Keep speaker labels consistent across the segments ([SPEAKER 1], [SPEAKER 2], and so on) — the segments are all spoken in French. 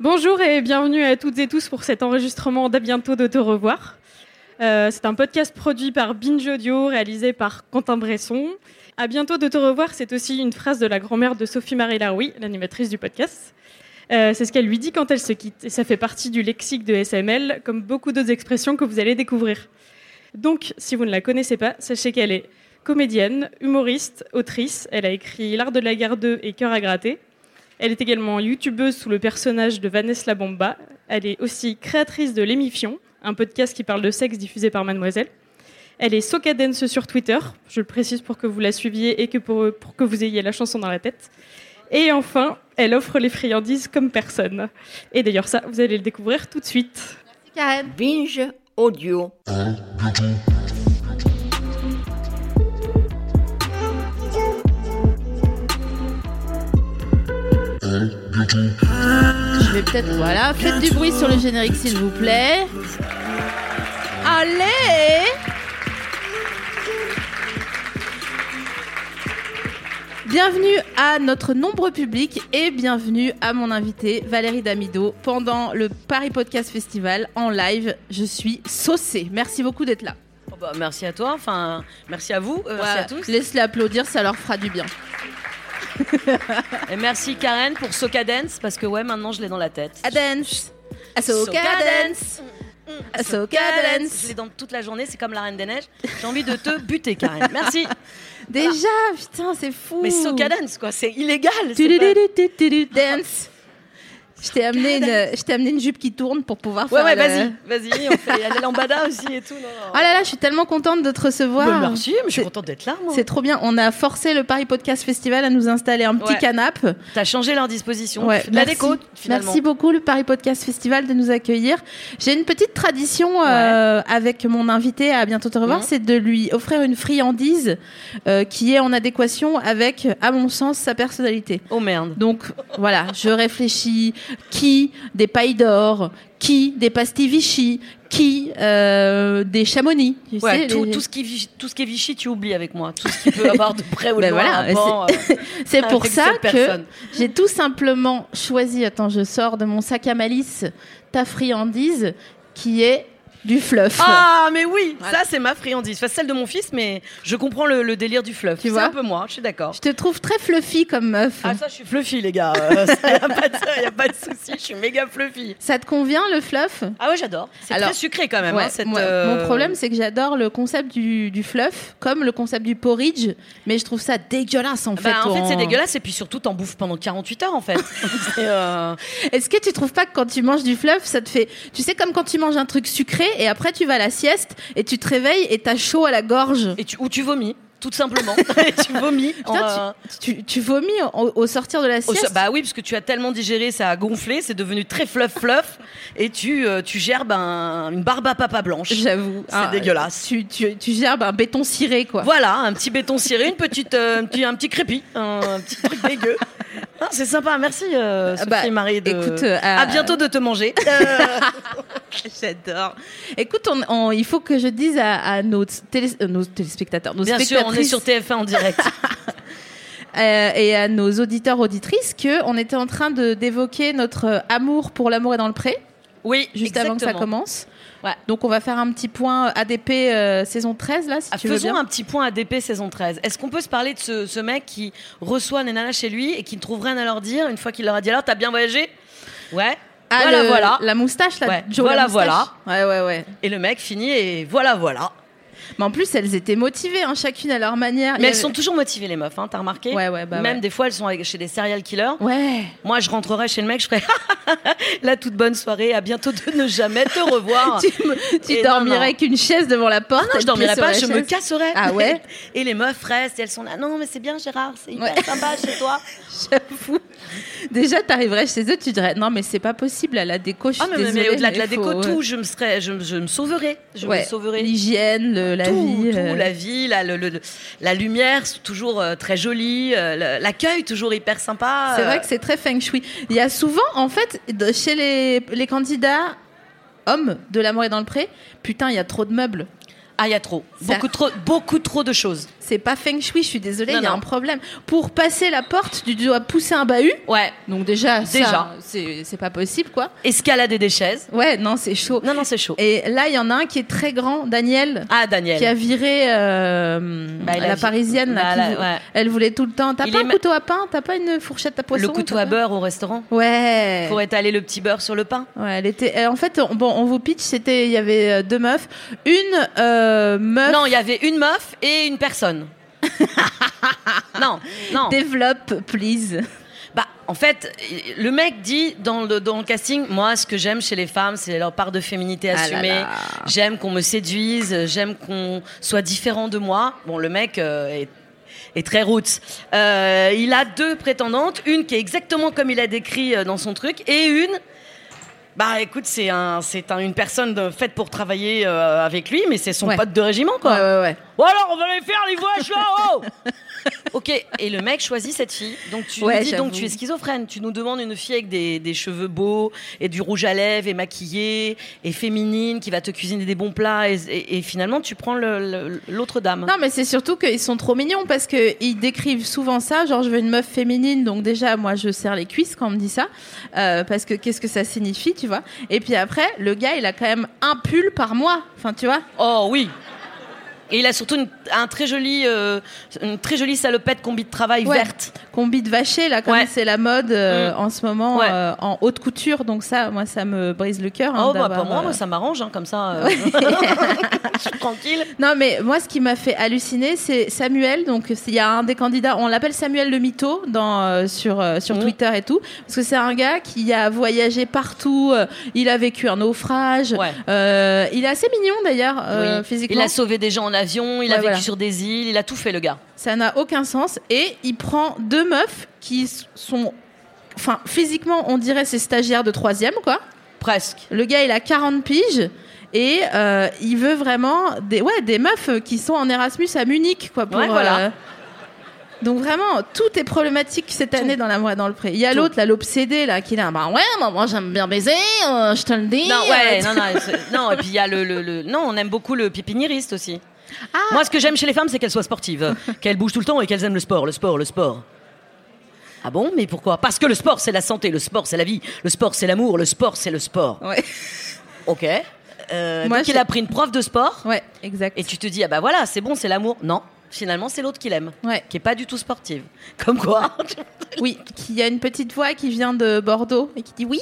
[SPEAKER 1] Bonjour et bienvenue à toutes et tous pour cet enregistrement d'À bientôt de te revoir. Euh, c'est un podcast produit par Binge Audio, réalisé par Quentin Bresson. À bientôt de te revoir, c'est aussi une phrase de la grand-mère de Sophie-Marie Laroui, l'animatrice du podcast. Euh, c'est ce qu'elle lui dit quand elle se quitte. Et ça fait partie du lexique de SML, comme beaucoup d'autres expressions que vous allez découvrir. Donc, si vous ne la connaissez pas, sachez qu'elle est comédienne, humoriste, autrice. Elle a écrit L'Art de la guerre 2 et Cœur à gratter. Elle est également youtubeuse sous le personnage de Vanessa Labomba. Elle est aussi créatrice de L'émission, un podcast qui parle de sexe diffusé par Mademoiselle. Elle est Socadence sur Twitter, je le précise pour que vous la suiviez et que pour, pour que vous ayez la chanson dans la tête. Et enfin, elle offre les friandises comme personne. Et d'ailleurs ça, vous allez le découvrir tout de suite.
[SPEAKER 2] Karen. Binge audio.
[SPEAKER 3] Je vais peut-être. Voilà, faites du bruit sur le générique, s'il vous plaît. Allez Bienvenue à notre nombreux public et bienvenue à mon invité Valérie Damido pendant le Paris Podcast Festival en live. Je suis saucée. Merci beaucoup d'être là.
[SPEAKER 4] Oh bah, merci à toi, enfin, merci à vous, euh, merci
[SPEAKER 3] Voilà,
[SPEAKER 4] à tous.
[SPEAKER 3] Laisse-les applaudir, ça leur fera du bien.
[SPEAKER 4] Et merci Karen pour Soca Dance, parce que ouais, maintenant je l'ai dans la tête.
[SPEAKER 3] A Ah, dance, a soca
[SPEAKER 4] Soca
[SPEAKER 3] dance,
[SPEAKER 4] Mm.
[SPEAKER 3] a soca
[SPEAKER 4] Je
[SPEAKER 3] dance.
[SPEAKER 4] l'ai dans toute la journée, c'est comme la Reine des Neiges. J'ai envie de te buter, Karen. Merci.
[SPEAKER 3] Déjà, putain, c'est fou.
[SPEAKER 4] Mais Soca Dance, quoi, c'est illégal. c'est pas-
[SPEAKER 3] Tu-du-du-du-du-du, Dance. Je t'ai amené, une- je t'ai amené une jupe qui tourne pour pouvoir
[SPEAKER 4] Ouais,
[SPEAKER 3] faire.
[SPEAKER 4] ouais,
[SPEAKER 3] le-
[SPEAKER 4] vas-y, vas-y, on fait y a les lambada aussi et tout. Non, non.
[SPEAKER 3] Oh là là, je suis tellement contente de te recevoir.
[SPEAKER 4] Bah, merci, mais je suis
[SPEAKER 3] C'est-
[SPEAKER 4] contente d'être là, moi.
[SPEAKER 3] C'est trop bien. On a forcé le Paris Podcast Festival à nous installer un petit
[SPEAKER 4] Ouais.
[SPEAKER 3] canapé.
[SPEAKER 4] T'as changé leur disposition.
[SPEAKER 3] Ouais,
[SPEAKER 4] Tu fais de la
[SPEAKER 3] merci.
[SPEAKER 4] déco, finalement.
[SPEAKER 3] Merci beaucoup le Paris Podcast Festival de nous accueillir. J'ai une petite tradition euh, avec mon invité à bientôt te revoir,
[SPEAKER 4] Mhm.
[SPEAKER 3] c'est de lui offrir une friandise euh, qui est en adéquation avec, à mon sens, sa personnalité.
[SPEAKER 4] Oh merde.
[SPEAKER 3] Donc voilà, je réfléchis. Qui des pailles d'or Qui des pastilles Vichy Qui euh, des chamonix tu
[SPEAKER 4] Ouais,
[SPEAKER 3] sais,
[SPEAKER 4] tout,
[SPEAKER 3] les-
[SPEAKER 4] tout ce qui, Vichy- tout ce qui est Vichy, tu oublies avec moi. Tout ce qui peut avoir de près ou de
[SPEAKER 3] Ben
[SPEAKER 4] loin.
[SPEAKER 3] voilà,
[SPEAKER 4] un banc, euh,
[SPEAKER 3] C'est pour
[SPEAKER 4] avec
[SPEAKER 3] ça
[SPEAKER 4] cette
[SPEAKER 3] que
[SPEAKER 4] personne.
[SPEAKER 3] j'ai tout simplement choisi. Attends, je sors de mon sac à malice ta friandise qui est du fluff.
[SPEAKER 4] Ah, mais oui,
[SPEAKER 3] Voilà.
[SPEAKER 4] ça c'est ma friandise. Enfin, celle de mon fils, mais je comprends le, le délire du fluff.
[SPEAKER 3] Tu
[SPEAKER 4] C'est
[SPEAKER 3] vois
[SPEAKER 4] un peu moi, je suis d'accord.
[SPEAKER 3] Je te trouve très fluffy comme meuf.
[SPEAKER 4] Ah, ça, je suis fluffy, les gars. Euh, ça, y a pas de, ça, y a pas de souci, je suis méga fluffy.
[SPEAKER 3] ça te convient le fluff
[SPEAKER 4] Ah ouais, j'adore. C'est
[SPEAKER 3] Alors,
[SPEAKER 4] très sucré quand même.
[SPEAKER 3] Ouais,
[SPEAKER 4] hein, cette,
[SPEAKER 3] moi,
[SPEAKER 4] euh,
[SPEAKER 3] Mon problème, c'est que j'adore le concept du, du fluff, comme le concept du porridge, mais je trouve ça dégueulasse en
[SPEAKER 4] Bah,
[SPEAKER 3] fait.
[SPEAKER 4] en fait, c'est
[SPEAKER 3] en-
[SPEAKER 4] dégueulasse et puis surtout, t'en bouffes pendant 48 heures en fait. C'est, euh,
[SPEAKER 3] Est-ce que tu trouves pas que quand tu manges du fluff, ça te fait. Tu sais, comme quand tu manges un truc sucré et après tu vas à la sieste et tu te réveilles et t'as chaud à la gorge.
[SPEAKER 4] Et tu, ou tu vomis, tout simplement. Et tu vomis. en,
[SPEAKER 3] Putain,
[SPEAKER 4] euh,
[SPEAKER 3] Tu, tu vomis au, au sortir de la
[SPEAKER 4] au-
[SPEAKER 3] sieste.
[SPEAKER 4] bah oui, parce que tu as tellement digéré, ça a gonflé, c'est devenu très fluff fluff, et tu, euh, tu gerbes un- une barbe à papa blanche.
[SPEAKER 3] J'avoue.
[SPEAKER 4] C'est
[SPEAKER 3] Ah,
[SPEAKER 4] dégueulasse.
[SPEAKER 3] Tu, tu, tu gerbes un béton ciré, quoi.
[SPEAKER 4] Voilà, un petit béton ciré, une petite, euh, un, petit, un petit crépi, un, un petit truc dégueu. Ah, c'est sympa, merci euh,
[SPEAKER 3] Ah
[SPEAKER 4] Sophie
[SPEAKER 3] bah,
[SPEAKER 4] et Marie. De...
[SPEAKER 3] écoute, euh,
[SPEAKER 4] à... bientôt de te manger. Euh,
[SPEAKER 3] J'adore. Écoute, on, on- il faut que je dise à, à nos, télé- euh, nos téléspectateurs, nos
[SPEAKER 4] bien sûr, on est
[SPEAKER 3] spectatrices,
[SPEAKER 4] sur TF1 en direct.
[SPEAKER 3] euh, et à nos auditeurs auditrices que on était en train de d'évoquer notre euh, amour pour l'amour est dans le pré
[SPEAKER 4] Oui,
[SPEAKER 3] juste avant que ça
[SPEAKER 4] exactement.
[SPEAKER 3] commence.
[SPEAKER 4] Ouais.
[SPEAKER 3] Donc on va faire un petit point ADP euh, saison 13 là si
[SPEAKER 4] Ah,
[SPEAKER 3] tu veux
[SPEAKER 4] faisons
[SPEAKER 3] bien.
[SPEAKER 4] un petit point ADP saison 13. Est-ce qu'on peut se parler de ce, ce mec qui reçoit les nanas chez lui et qui ne trouve rien à leur dire une fois qu'il leur a dit alors t'as bien voyagé Ouais.
[SPEAKER 3] Ah,
[SPEAKER 4] voilà,
[SPEAKER 3] le-
[SPEAKER 4] voilà.
[SPEAKER 3] La moustache là,
[SPEAKER 4] Ouais,
[SPEAKER 3] Joe
[SPEAKER 4] voilà,
[SPEAKER 3] la moustache. Ouais ouais ouais.
[SPEAKER 4] Et le mec finit et voilà, voilà.
[SPEAKER 3] Mais en plus elles étaient motivées hein, chacune à leur manière. Ah, Il y
[SPEAKER 4] Mais elles
[SPEAKER 3] avait-
[SPEAKER 4] sont toujours motivées, les meufs, hein, t'as remarqué
[SPEAKER 3] Ouais, ouais, bah
[SPEAKER 4] Même
[SPEAKER 3] ouais.
[SPEAKER 4] des fois, elles sont avec- chez des serial killers.
[SPEAKER 3] Ouais.
[SPEAKER 4] Moi, je rentrerai chez le mec, je ferai la toute bonne soirée, à bientôt de ne jamais te revoir.
[SPEAKER 3] tu me- tu
[SPEAKER 4] Et non,
[SPEAKER 3] dormirais
[SPEAKER 4] non. Ah
[SPEAKER 3] avec une chaise devant la porte.
[SPEAKER 4] Non, je dormirais pas, je me casserais.
[SPEAKER 3] Ah ouais
[SPEAKER 4] Et les meufs restent, et elles sont là. Non, non, mais c'est bien, Gérard, c'est hyper
[SPEAKER 3] Ouais.
[SPEAKER 4] sympa chez toi.
[SPEAKER 3] J'avoue. Déjà, t'arriverais chez eux, tu dirais non, mais c'est pas possible à la déco. Je suis
[SPEAKER 4] Ah, mais, mais- mais
[SPEAKER 3] désolée,
[SPEAKER 4] au-delà de la
[SPEAKER 3] mais
[SPEAKER 4] déco,
[SPEAKER 3] faut, euh,
[SPEAKER 4] tout, je me, serais, je, me- je me sauverais. Je
[SPEAKER 3] ouais,
[SPEAKER 4] me sauverais.
[SPEAKER 3] L'hygiène, le- la
[SPEAKER 4] tout,
[SPEAKER 3] vie.
[SPEAKER 4] tout,
[SPEAKER 3] euh,
[SPEAKER 4] la vie, la, le- le- la lumière, c'est toujours euh, très jolie, euh, le- l'accueil toujours hyper sympa.
[SPEAKER 3] C'est
[SPEAKER 4] euh,
[SPEAKER 3] vrai que c'est très feng shui. Il y a souvent, en fait, de- chez les, les candidats hommes de l'amour et dans le pré, putain, il y a trop de meubles.
[SPEAKER 4] Ah, il y a trop.
[SPEAKER 3] Ça-
[SPEAKER 4] Beaucoup trop, beaucoup trop de choses.
[SPEAKER 3] C'est pas feng shui, je suis désolée,
[SPEAKER 4] Non,
[SPEAKER 3] il y a
[SPEAKER 4] non.
[SPEAKER 3] un problème. Pour passer la porte, tu dois pousser un bahut.
[SPEAKER 4] Ouais.
[SPEAKER 3] Donc déjà, ça,
[SPEAKER 4] Déjà.
[SPEAKER 3] c'est c'est pas possible, quoi.
[SPEAKER 4] Escalader des chaises.
[SPEAKER 3] Ouais, non, c'est chaud.
[SPEAKER 4] Non, non, c'est chaud.
[SPEAKER 3] Et là, il y en a un qui est très grand, Daniel,
[SPEAKER 4] Ah, Daniel.
[SPEAKER 3] qui a viré euh,
[SPEAKER 4] Bah, il a
[SPEAKER 3] la
[SPEAKER 4] vi-
[SPEAKER 3] parisienne. là,
[SPEAKER 4] Bah,
[SPEAKER 3] qui
[SPEAKER 4] la-
[SPEAKER 3] vou-
[SPEAKER 4] ouais.
[SPEAKER 3] Elle voulait tout le temps. T'as
[SPEAKER 4] Il
[SPEAKER 3] pas
[SPEAKER 4] est
[SPEAKER 3] un
[SPEAKER 4] ma-
[SPEAKER 3] couteau à pain T'as pas une fourchette à poisson
[SPEAKER 4] Le couteau
[SPEAKER 3] T'as
[SPEAKER 4] à
[SPEAKER 3] pas-
[SPEAKER 4] beurre au restaurant.
[SPEAKER 3] Ouais.
[SPEAKER 4] Pour étaler le petit beurre sur le pain.
[SPEAKER 3] Ouais, elle était. elle- En fait, on- bon, on vous pitch. C'était, il y avait euh, deux meufs, une euh, meuf
[SPEAKER 4] Non, il y avait une meuf et une personne. non, non.
[SPEAKER 3] développe, please.
[SPEAKER 4] Bah, en fait, le mec dit dans le, dans le casting, moi, ce que j'aime chez les femmes, c'est leur part de féminité
[SPEAKER 3] Ah là
[SPEAKER 4] assumée.
[SPEAKER 3] là.
[SPEAKER 4] J'aime qu'on me séduise, j'aime qu'on soit différent de moi. Bon, le mec euh, est, est très roots. Euh, il a deux prétendantes, une qui est exactement comme il a décrit euh, dans son truc, et une. Bah écoute, c'est un, c'est un- une personne de- faite pour travailler euh, avec lui, mais c'est son
[SPEAKER 3] Ouais.
[SPEAKER 4] pote de régiment, quoi.
[SPEAKER 3] Ouais, ouais, ouais.
[SPEAKER 4] Ou alors on va aller faire les voyages là oh Ok, et le mec choisit cette fille. Donc tu
[SPEAKER 3] Ouais,
[SPEAKER 4] nous dis donc
[SPEAKER 3] j'avoue.
[SPEAKER 4] tu es schizophrène. Tu nous demandes une fille avec des, des cheveux beaux et du rouge à lèvres et maquillée et féminine qui va te cuisiner des bons plats et, et- et finalement tu prends le- le- l'autre dame.
[SPEAKER 3] Non, mais c'est surtout qu'ils sont trop mignons parce que ils décrivent souvent ça. Genre, je veux une meuf féminine, donc déjà, moi, je serre les cuisses quand on me dit ça, euh, parce que qu'est-ce que ça signifie, tu vois Et puis après, le gars, il a quand même un pull par mois. Enfin, tu vois
[SPEAKER 4] Oh oui. Et il a surtout une, un très joli, euh, une très jolie salopette combi de travail
[SPEAKER 3] Ouais.
[SPEAKER 4] verte.
[SPEAKER 3] Combi de vacher, là, comme
[SPEAKER 4] Ouais.
[SPEAKER 3] c'est la mode euh,
[SPEAKER 4] Mm.
[SPEAKER 3] en ce moment,
[SPEAKER 4] Ouais.
[SPEAKER 3] euh, en haute couture. Donc ça, moi, ça me brise le cœur. hein,
[SPEAKER 4] oh bah
[SPEAKER 3] d'avoir,
[SPEAKER 4] pour moi,
[SPEAKER 3] euh,
[SPEAKER 4] moi, ça m'arrange hein, comme ça. euh, je suis tranquille.
[SPEAKER 3] Non, mais moi, ce qui m'a fait halluciner, c'est Samuel. Donc, il y a un des candidats, on l'appelle Samuel le mytho dans, euh, sur, euh, sur
[SPEAKER 4] Mhm.
[SPEAKER 3] Twitter et tout. Parce que c'est un gars qui a voyagé partout. euh, il a vécu un naufrage.
[SPEAKER 4] Ouais.
[SPEAKER 3] Euh, il est assez mignon, d'ailleurs, euh,
[SPEAKER 4] Oui.
[SPEAKER 3] physiquement.
[SPEAKER 4] Il a sauvé des gens en avion, il
[SPEAKER 3] Ouais,
[SPEAKER 4] a vécu
[SPEAKER 3] voilà.
[SPEAKER 4] sur des îles, il a tout fait le gars.
[SPEAKER 3] Ça n'a aucun sens. Et il prend deux meufs qui s- sont. Enfin, physiquement, on dirait ses stagiaires de troisième, quoi.
[SPEAKER 4] Presque.
[SPEAKER 3] Le gars, il a 40 piges. Et euh, il veut vraiment des, ouais, des meufs qui sont en Erasmus à Munich. Quoi, pour,
[SPEAKER 4] Ouais, voilà.
[SPEAKER 3] euh, Donc vraiment, tout est problématique cette année dans l'amour et dans le pré. Il y a
[SPEAKER 4] Tout.
[SPEAKER 3] l'autre, là, l'obsédé, là, qui est là. Bah ouais, bah, moi j'aime bien baiser, euh, je te le dis.
[SPEAKER 4] Non, ouais,
[SPEAKER 3] Euh,
[SPEAKER 4] non, non, c'est- non, et puis il y a le, le- le- Non, on aime beaucoup le pépiniériste aussi.
[SPEAKER 3] Ah.
[SPEAKER 4] Moi, ce que j'aime chez les femmes, c'est qu'elles soient sportives, qu'elles bougent tout le temps et qu'elles aiment le sport, le sport, le sport. Ah bon, mais pourquoi Parce que le sport, c'est la santé, le sport, c'est la vie, le sport, c'est l'amour, le sport, c'est le sport.
[SPEAKER 3] Ouais.
[SPEAKER 4] Ok. Euh,
[SPEAKER 3] Moi,
[SPEAKER 4] donc, il
[SPEAKER 3] j'ai-
[SPEAKER 4] a pris une prof de sport,
[SPEAKER 3] Ouais, exact.
[SPEAKER 4] et tu te dis, ah bah voilà, c'est bon, c'est l'amour. Non, finalement, c'est l'autre qui l'aime,
[SPEAKER 3] Ouais.
[SPEAKER 4] qui est pas du tout sportive. Comme quoi
[SPEAKER 3] Oui, qu'il y a une petite voix qui vient de Bordeaux et qui dit oui,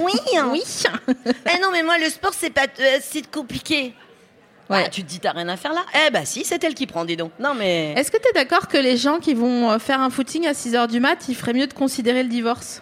[SPEAKER 4] Oui,
[SPEAKER 3] oui.
[SPEAKER 4] Ah non, mais moi, le sport, c'est pas euh, si compliqué.
[SPEAKER 3] Ouais.
[SPEAKER 4] Ah, tu te dis, t'as rien à faire là Eh bah si, c'est elle qui prend, dis donc. Non, mais.
[SPEAKER 3] Est-ce que tu es d'accord que les gens qui vont euh, faire un footing à 6h du mat, il ferait mieux de considérer le divorce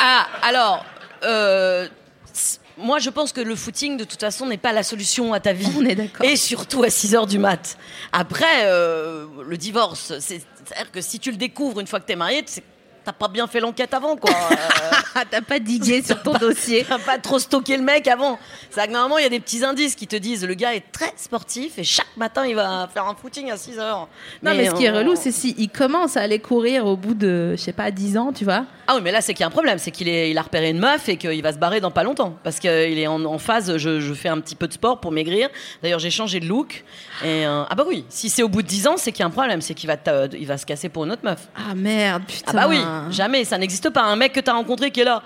[SPEAKER 4] Ah, alors. euh, c- Moi, je pense que le footing, de toute façon, n'est pas la solution à ta vie.
[SPEAKER 3] On est d'accord.
[SPEAKER 4] Et surtout à 6 heures du mat. Après, euh, le divorce, c'est- c'est-à-dire que si tu le découvres une fois que t'es marié, c'est- t'as pas bien fait l'enquête avant, quoi. Euh,
[SPEAKER 3] Ah, t'as pas digué sur ton dossier.
[SPEAKER 4] T'as pas trop stocké le mec avant. C'est vrai que normalement, il y a des petits indices qui te disent le gars est très sportif et chaque matin, il va faire un footing à 6 heures.
[SPEAKER 3] Non, mais, ce qui est
[SPEAKER 4] on-
[SPEAKER 3] relou, c'est si il commence à aller courir au bout de, je sais pas, 10 ans, tu vois.
[SPEAKER 4] Ah oui, mais là, c'est qu'il y a un problème. C'est qu'il est... il a repéré une meuf et qu'il va se barrer dans pas longtemps. Parce qu'il est en, en phase, je, je fais un petit peu de sport pour maigrir. D'ailleurs, j'ai changé de look. Et, euh, Ah bah oui, si c'est au bout de 10 ans, c'est qu'il y a un problème. C'est qu'il va, t'a- il va se casser pour une autre meuf.
[SPEAKER 3] Ah merde, putain.
[SPEAKER 4] Ah bah oui, jamais. Ça n'existe pas. Un mec que t'as rencontré qui est là.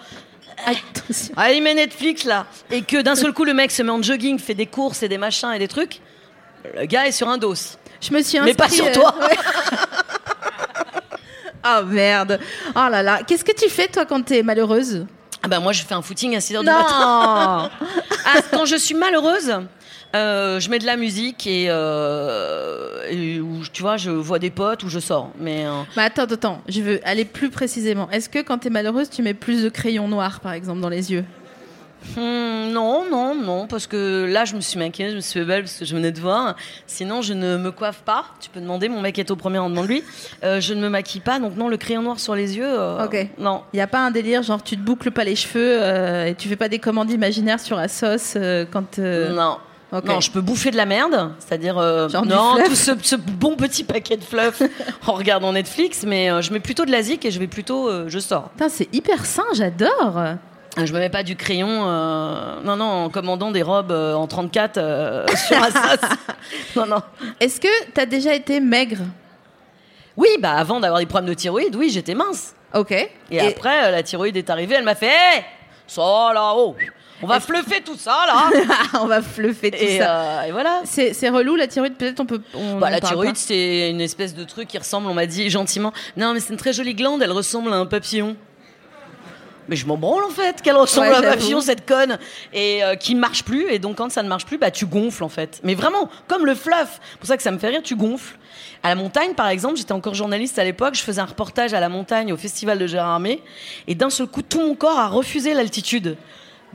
[SPEAKER 3] Attention.
[SPEAKER 4] Ah, il met Netflix là et que d'un seul coup le mec se met en jogging, fait des courses et des machins et des trucs. Le gars est sur un dos.
[SPEAKER 3] Je me suis
[SPEAKER 4] Mais
[SPEAKER 3] inscrite.
[SPEAKER 4] pas sur toi.
[SPEAKER 3] Ah merde. Oh là là. Qu'est-ce que tu fais, toi, quand t'es malheureuse
[SPEAKER 4] Ah bah moi je fais un footing à 6h du matin.
[SPEAKER 3] Non
[SPEAKER 4] Ah, quand je suis malheureuse, euh, je mets de la musique et, euh, et où, tu vois, je vois des potes ou je sors. Mais euh,
[SPEAKER 3] Mais attends, attends. Je veux aller plus précisément. Est-ce que quand t'es malheureuse, tu mets plus de crayons noirs, par exemple, dans les yeux
[SPEAKER 4] Hmm, non, non, non, parce que là, je me suis maquillée, je me suis fait belle parce que je venais de voir. Sinon, je ne me coiffe pas. Tu peux demander, mon mec est au premier rang, demande-lui. Euh, je ne me maquille pas, donc non, le crayon noir sur les yeux. euh,
[SPEAKER 3] Ok.
[SPEAKER 4] Non.
[SPEAKER 3] Il n'y a pas un délire, genre tu te boucles pas les cheveux euh, et tu fais pas des commandes imaginaires sur Asos euh, quand. euh,
[SPEAKER 4] Non.
[SPEAKER 3] ok.
[SPEAKER 4] Non, je peux bouffer de la merde, c'est-à-dire euh,
[SPEAKER 3] Genre du
[SPEAKER 4] non
[SPEAKER 3] fluff.
[SPEAKER 4] tout ce, ce bon petit paquet de fluff en regardant Netflix, mais euh, je mets plutôt de la zik et je vais plutôt, euh, je sors.
[SPEAKER 3] Putain, c'est hyper sain, j'adore.
[SPEAKER 4] Euh, Je me mets pas du crayon, euh, non non, en commandant des robes euh, en 34 euh, sur Assas. non non.
[SPEAKER 3] Est-ce que t'as déjà été maigre
[SPEAKER 4] Oui, bah avant d'avoir des problèmes de thyroïde, oui, j'étais mince.
[SPEAKER 3] Ok.
[SPEAKER 4] Et, après, euh, la thyroïde est arrivée, elle m'a fait Hé Ça là-haut On va fluffer tout ça là
[SPEAKER 3] Ah, on va fluffer tout
[SPEAKER 4] et,
[SPEAKER 3] ça.
[SPEAKER 4] euh, et voilà
[SPEAKER 3] C'est c'est relou la thyroïde, peut-être on peut. on
[SPEAKER 4] Bah,
[SPEAKER 3] en
[SPEAKER 4] la
[SPEAKER 3] parle
[SPEAKER 4] thyroïde,
[SPEAKER 3] pas.
[SPEAKER 4] c'est une espèce de truc qui ressemble, on m'a dit gentiment, non, mais c'est une très jolie glande, elle ressemble à un papillon. Mais je m'en branle en fait, qu'elle ressemble
[SPEAKER 3] Ouais,
[SPEAKER 4] à un
[SPEAKER 3] j'avoue.
[SPEAKER 4] papillon, cette conne, et euh, qui marche plus. Et donc, quand ça ne marche plus, bah tu gonfles en fait. Mais vraiment, comme le fluff. C'est pour ça que ça me fait rire, tu gonfles. À la montagne, par exemple, j'étais encore journaliste à l'époque, je faisais un reportage à la montagne au festival de Gérard Armé, et d'un seul coup, tout mon corps a refusé l'altitude.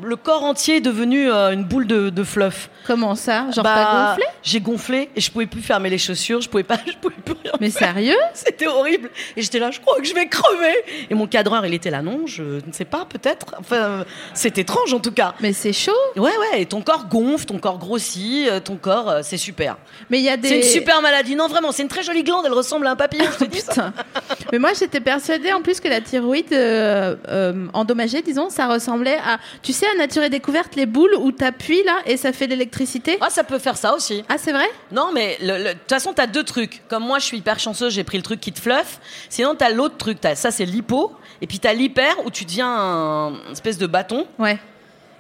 [SPEAKER 4] Le corps entier est devenu euh, une boule de, de fluff.
[SPEAKER 3] Comment ça Genre
[SPEAKER 4] Bah,
[SPEAKER 3] pas gonflé
[SPEAKER 4] J'ai gonflé et je pouvais plus fermer les chaussures, je pouvais pas, je pouvais plus rien.
[SPEAKER 3] Mais sérieux
[SPEAKER 4] C'était horrible. Et j'étais là, je crois que je vais crever. Et mon cadreur, il était là, non, je ne sais pas, peut-être. Enfin, euh, c'est étrange en tout cas.
[SPEAKER 3] Mais c'est chaud.
[SPEAKER 4] Ouais, ouais, et ton corps gonfle, ton corps grossit, euh, ton corps, euh, c'est super.
[SPEAKER 3] Mais il y a des. Oh,
[SPEAKER 4] C'est une super maladie. Non, vraiment, c'est une très jolie glande, elle ressemble à un papillon, je te dis
[SPEAKER 3] Putain.
[SPEAKER 4] ça.
[SPEAKER 3] Mais moi, j'étais persuadée en plus que la thyroïde euh, euh, endommagée, disons, ça ressemblait à. Tu sais, à Nature et Découverte, les boules où t'appuies là et ça fait de l'électricité
[SPEAKER 4] Ah, ça peut faire ça aussi.
[SPEAKER 3] Ah, c'est vrai
[SPEAKER 4] Non, mais le- le- de toute façon, t'as deux trucs. Comme moi, je suis hyper chanceuse, j'ai pris le truc qui te fluffe. Sinon, t'as l'autre truc. T'as, ça, c'est l'hypo. Et puis, t'as l'hyper où tu deviens un une espèce de bâton.
[SPEAKER 3] Ouais.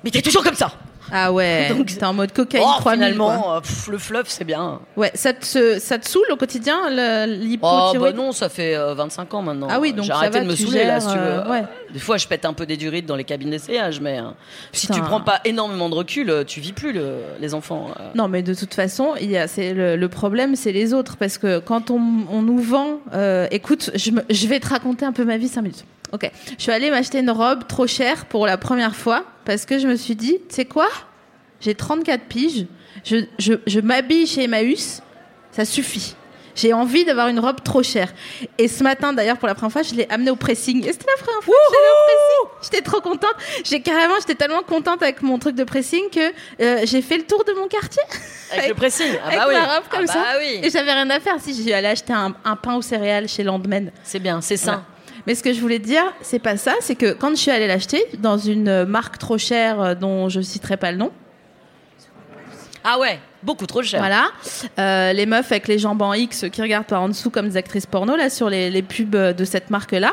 [SPEAKER 4] Mais t'es toujours comme ça.
[SPEAKER 3] Ah ouais.
[SPEAKER 4] Donc-
[SPEAKER 3] Donc t'es en mode cocaïne
[SPEAKER 4] Oh,
[SPEAKER 3] 3000. quoi.
[SPEAKER 4] finalement, euh, pff, le fluff, c'est bien.
[SPEAKER 3] Ouais, ça te, se- ça te saoule au quotidien le-
[SPEAKER 4] Oh, bah
[SPEAKER 3] l'hypothyroïde
[SPEAKER 4] non, ça fait euh, 25 ans maintenant.
[SPEAKER 3] Ah oui, donc
[SPEAKER 4] J'ai
[SPEAKER 3] ça
[SPEAKER 4] arrêté
[SPEAKER 3] va,
[SPEAKER 4] de me
[SPEAKER 3] tu
[SPEAKER 4] saouler, là, si tu veux.
[SPEAKER 3] gères, euh, ouais.
[SPEAKER 4] Des fois, je pète un peu des durites dans les cabines d'essayage, mais euh, si tu
[SPEAKER 3] Putain.
[SPEAKER 4] prends pas énormément de recul, euh, tu vis plus, le- les enfants. euh.
[SPEAKER 3] Non, mais de toute façon, il y a, c'est le, le problème, c'est les autres. Parce que quand on, on nous vend, euh, écoute, je, me- je vais te raconter un peu ma vie 5 minutes. Ok. Je suis allée m'acheter une robe trop chère pour la première fois parce que je me suis dit, tu sais quoi J'ai 34 piges, je, je, je m'habille chez Emmaüs, ça suffit. J'ai envie d'avoir une robe trop chère. Et ce matin, d'ailleurs, pour la première fois, je l'ai amenée au pressing. Et c'était la première fois que j'allais au pressing. J'étais trop contente. J'ai carrément, j'étais tellement contente avec mon truc de pressing que euh, j'ai fait le tour de mon quartier.
[SPEAKER 4] Avec le pressing. Ah
[SPEAKER 3] Avec
[SPEAKER 4] bah oui.
[SPEAKER 3] ma robe
[SPEAKER 4] Ah
[SPEAKER 3] comme
[SPEAKER 4] bah
[SPEAKER 3] ça. Et
[SPEAKER 4] oui.
[SPEAKER 3] j'avais rien à faire si j'allais acheter un, un pain aux céréales chez Landman.
[SPEAKER 4] C'est bien, c'est sain.
[SPEAKER 3] Voilà. Mais ce que je voulais te dire, c'est pas ça, c'est que quand je suis allée l'acheter dans une euh, marque trop chère euh, dont je citerai pas le nom,
[SPEAKER 4] Ah ouais, beaucoup trop cher.
[SPEAKER 3] voilà, euh, les meufs avec les jambes en X qui regardent par en dessous comme des actrices porno là sur les, les pubs euh, de cette marque là.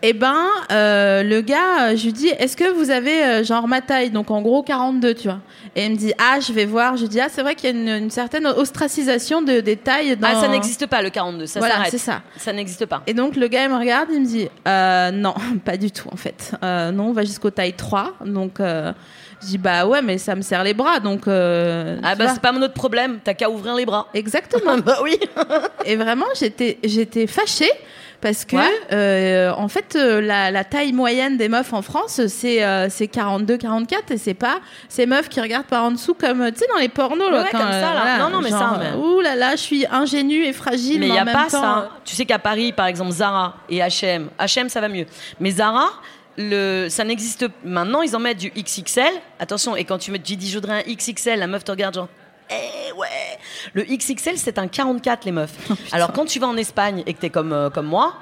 [SPEAKER 3] Eh ben, euh, le gars, euh, je lui dis, est-ce que vous avez euh, genre ma taille, donc en gros 42, tu vois Et il me dit, ah, je vais voir. Je lui dis, ah, c'est vrai qu'il y a une, une certaine ostracisation de, des tailles. Dans...
[SPEAKER 4] Ah, ça n'existe pas, le 42, ça
[SPEAKER 3] Voilà,
[SPEAKER 4] s'arrête.
[SPEAKER 3] c'est ça.
[SPEAKER 4] Ça n'existe pas.
[SPEAKER 3] Et donc le gars il me regarde, il me dit euh, non, pas du tout en fait. Euh, non, on va jusqu'au taille 3. Donc euh, je dis bah ouais, mais ça me serre les bras donc. euh,
[SPEAKER 4] Ah
[SPEAKER 3] tu
[SPEAKER 4] bah
[SPEAKER 3] vois.
[SPEAKER 4] c'est pas notre problème, t'as qu'à ouvrir les bras.
[SPEAKER 3] Exactement.
[SPEAKER 4] Ah bah oui.
[SPEAKER 3] Et vraiment j'étais j'étais fâchée parce que
[SPEAKER 4] Ouais.
[SPEAKER 3] euh, en fait euh, la, la taille moyenne des meufs en France c'est euh, c'est 42 44 et c'est pas ces meufs qui regardent par en dessous comme euh, tu sais dans les pornos là,
[SPEAKER 4] Ouais,
[SPEAKER 3] quand,
[SPEAKER 4] comme ça,
[SPEAKER 3] euh,
[SPEAKER 4] là.
[SPEAKER 3] voilà,
[SPEAKER 4] Non, non, mais ça,
[SPEAKER 3] genre, euh,
[SPEAKER 4] mais-
[SPEAKER 3] ouh là là je suis ingénue et fragile
[SPEAKER 4] Mais il
[SPEAKER 3] mais
[SPEAKER 4] n'y
[SPEAKER 3] en
[SPEAKER 4] a
[SPEAKER 3] même
[SPEAKER 4] pas
[SPEAKER 3] temps, euh,
[SPEAKER 4] ça. Tu sais qu'à Paris, par exemple, Zara et H&M, H&M ça va mieux. Mais Zara, le, ça n'existe maintenant. Ils en mettent du XXL. Attention. Et quand tu mets, tu dis, je voudrais un XXL, la meuf te regarde genre. Eh ouais. Le XXL c'est un 44 les meufs. Alors quand tu vas en Espagne et que t'es comme euh, comme moi.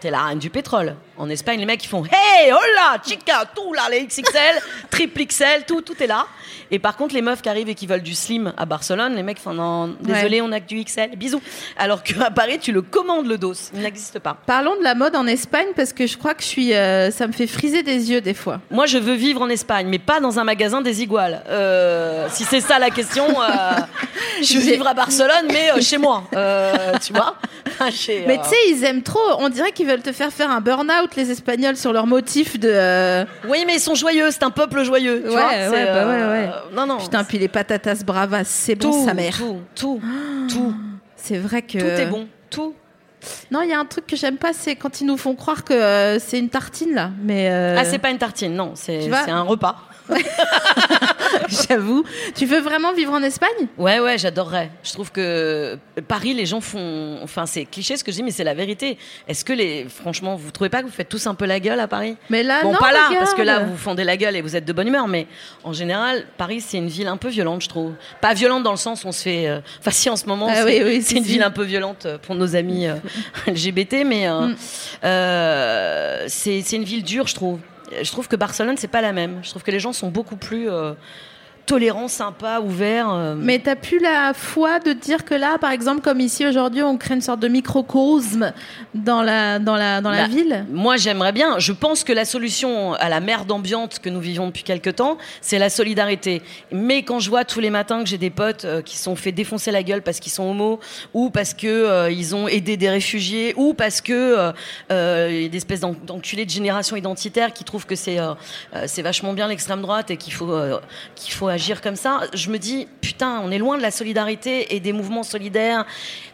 [SPEAKER 4] T'es la reine du pétrole. En Espagne, les mecs, ils font Hey, hola, chica, tout là, les XXL, triple XL, tout, tout est là. Et par contre, les meufs qui arrivent et qui veulent du slim à Barcelone, les mecs font Non, désolé, on a que du XL, bisous. Alors qu'à Paris, tu le commandes le dos, il n'existe pas.
[SPEAKER 3] Parlons de la mode en Espagne parce que je crois que je suis, euh, ça me fait friser des yeux des fois.
[SPEAKER 4] Moi, je veux vivre en Espagne, mais pas dans un magasin des iguales. Euh, si c'est ça la question, euh, je veux
[SPEAKER 3] J'ai-
[SPEAKER 4] vivre à Barcelone, mais euh, chez moi. Euh, tu vois Chez,
[SPEAKER 3] Mais
[SPEAKER 4] euh,
[SPEAKER 3] tu sais, ils aiment trop. On dirait qu'ils veulent te faire faire un burn-out, les Espagnols, sur leur motif de. euh,
[SPEAKER 4] Oui, mais ils sont joyeux, c'est un peuple joyeux. tu
[SPEAKER 3] Ouais,
[SPEAKER 4] vois,
[SPEAKER 3] ouais,
[SPEAKER 4] c'est,
[SPEAKER 3] bah
[SPEAKER 4] euh,
[SPEAKER 3] ouais, ouais.
[SPEAKER 4] Non, non.
[SPEAKER 3] Putain, puis les patatas bravas, c'est
[SPEAKER 4] tout,
[SPEAKER 3] bon, sa mère.
[SPEAKER 4] Tout, tout, tout,
[SPEAKER 3] C'est vrai que.
[SPEAKER 4] tout est bon. Tout.
[SPEAKER 3] Non, il y a un truc que j'aime pas, c'est quand ils nous font croire que euh, c'est une tartine là, mais euh,
[SPEAKER 4] Ah, c'est pas une tartine, non, c'est
[SPEAKER 3] Tu vois
[SPEAKER 4] c'est un repas.
[SPEAKER 3] j'avoue. Tu veux vraiment vivre en Espagne
[SPEAKER 4] Ouais, ouais, j'adorerais. Je trouve que euh, Paris, les gens font. Enfin, c'est cliché ce que je dis, mais c'est la vérité. Est-ce que les. Franchement, vous trouvez pas que vous faites tous un peu la gueule à Paris
[SPEAKER 3] Mais là,
[SPEAKER 4] Bon,
[SPEAKER 3] non,
[SPEAKER 4] pas là,
[SPEAKER 3] regarde.
[SPEAKER 4] parce que là, vous fendez la gueule et vous êtes de bonne humeur, mais en général, Paris, c'est une ville un peu violente, je trouve. Pas violente dans le sens où on se fait. euh, Enfin, si, en ce moment,
[SPEAKER 3] Ah
[SPEAKER 4] c'est
[SPEAKER 3] oui, oui,
[SPEAKER 4] c'est
[SPEAKER 3] si,
[SPEAKER 4] une
[SPEAKER 3] si.
[SPEAKER 4] ville un peu violente euh, pour nos amis euh, LGBT, mais euh,
[SPEAKER 3] Mm.
[SPEAKER 4] euh, c'est c'est une ville dure, je trouve. Je trouve que Barcelone, c'est pas la même. Je trouve que les gens sont beaucoup plus euh, tolérants, sympas, ouverts. euh.
[SPEAKER 3] Mais t'as plus la foi de te dire que là, par exemple, comme ici aujourd'hui, on crée une sorte de microcosme dans la dans la dans la
[SPEAKER 4] Bah,
[SPEAKER 3] ville.
[SPEAKER 4] Moi, j'aimerais bien. Je pense que la solution à la merde ambiante que nous vivons depuis quelques temps, c'est la solidarité. Mais quand je vois tous les matins que j'ai des potes euh, qui se sont fait défoncer la gueule parce qu'ils sont homos, ou parce que euh, ils ont aidé des réfugiés, ou parce que euh, euh, il y a des espèces d'en- d'enculés de génération identitaire qui trouvent que c'est euh, euh, c'est vachement bien l'extrême droite et qu'il faut euh, qu'il faut agir comme ça, je me dis putain, on est loin de la solidarité et des mouvements solidaires.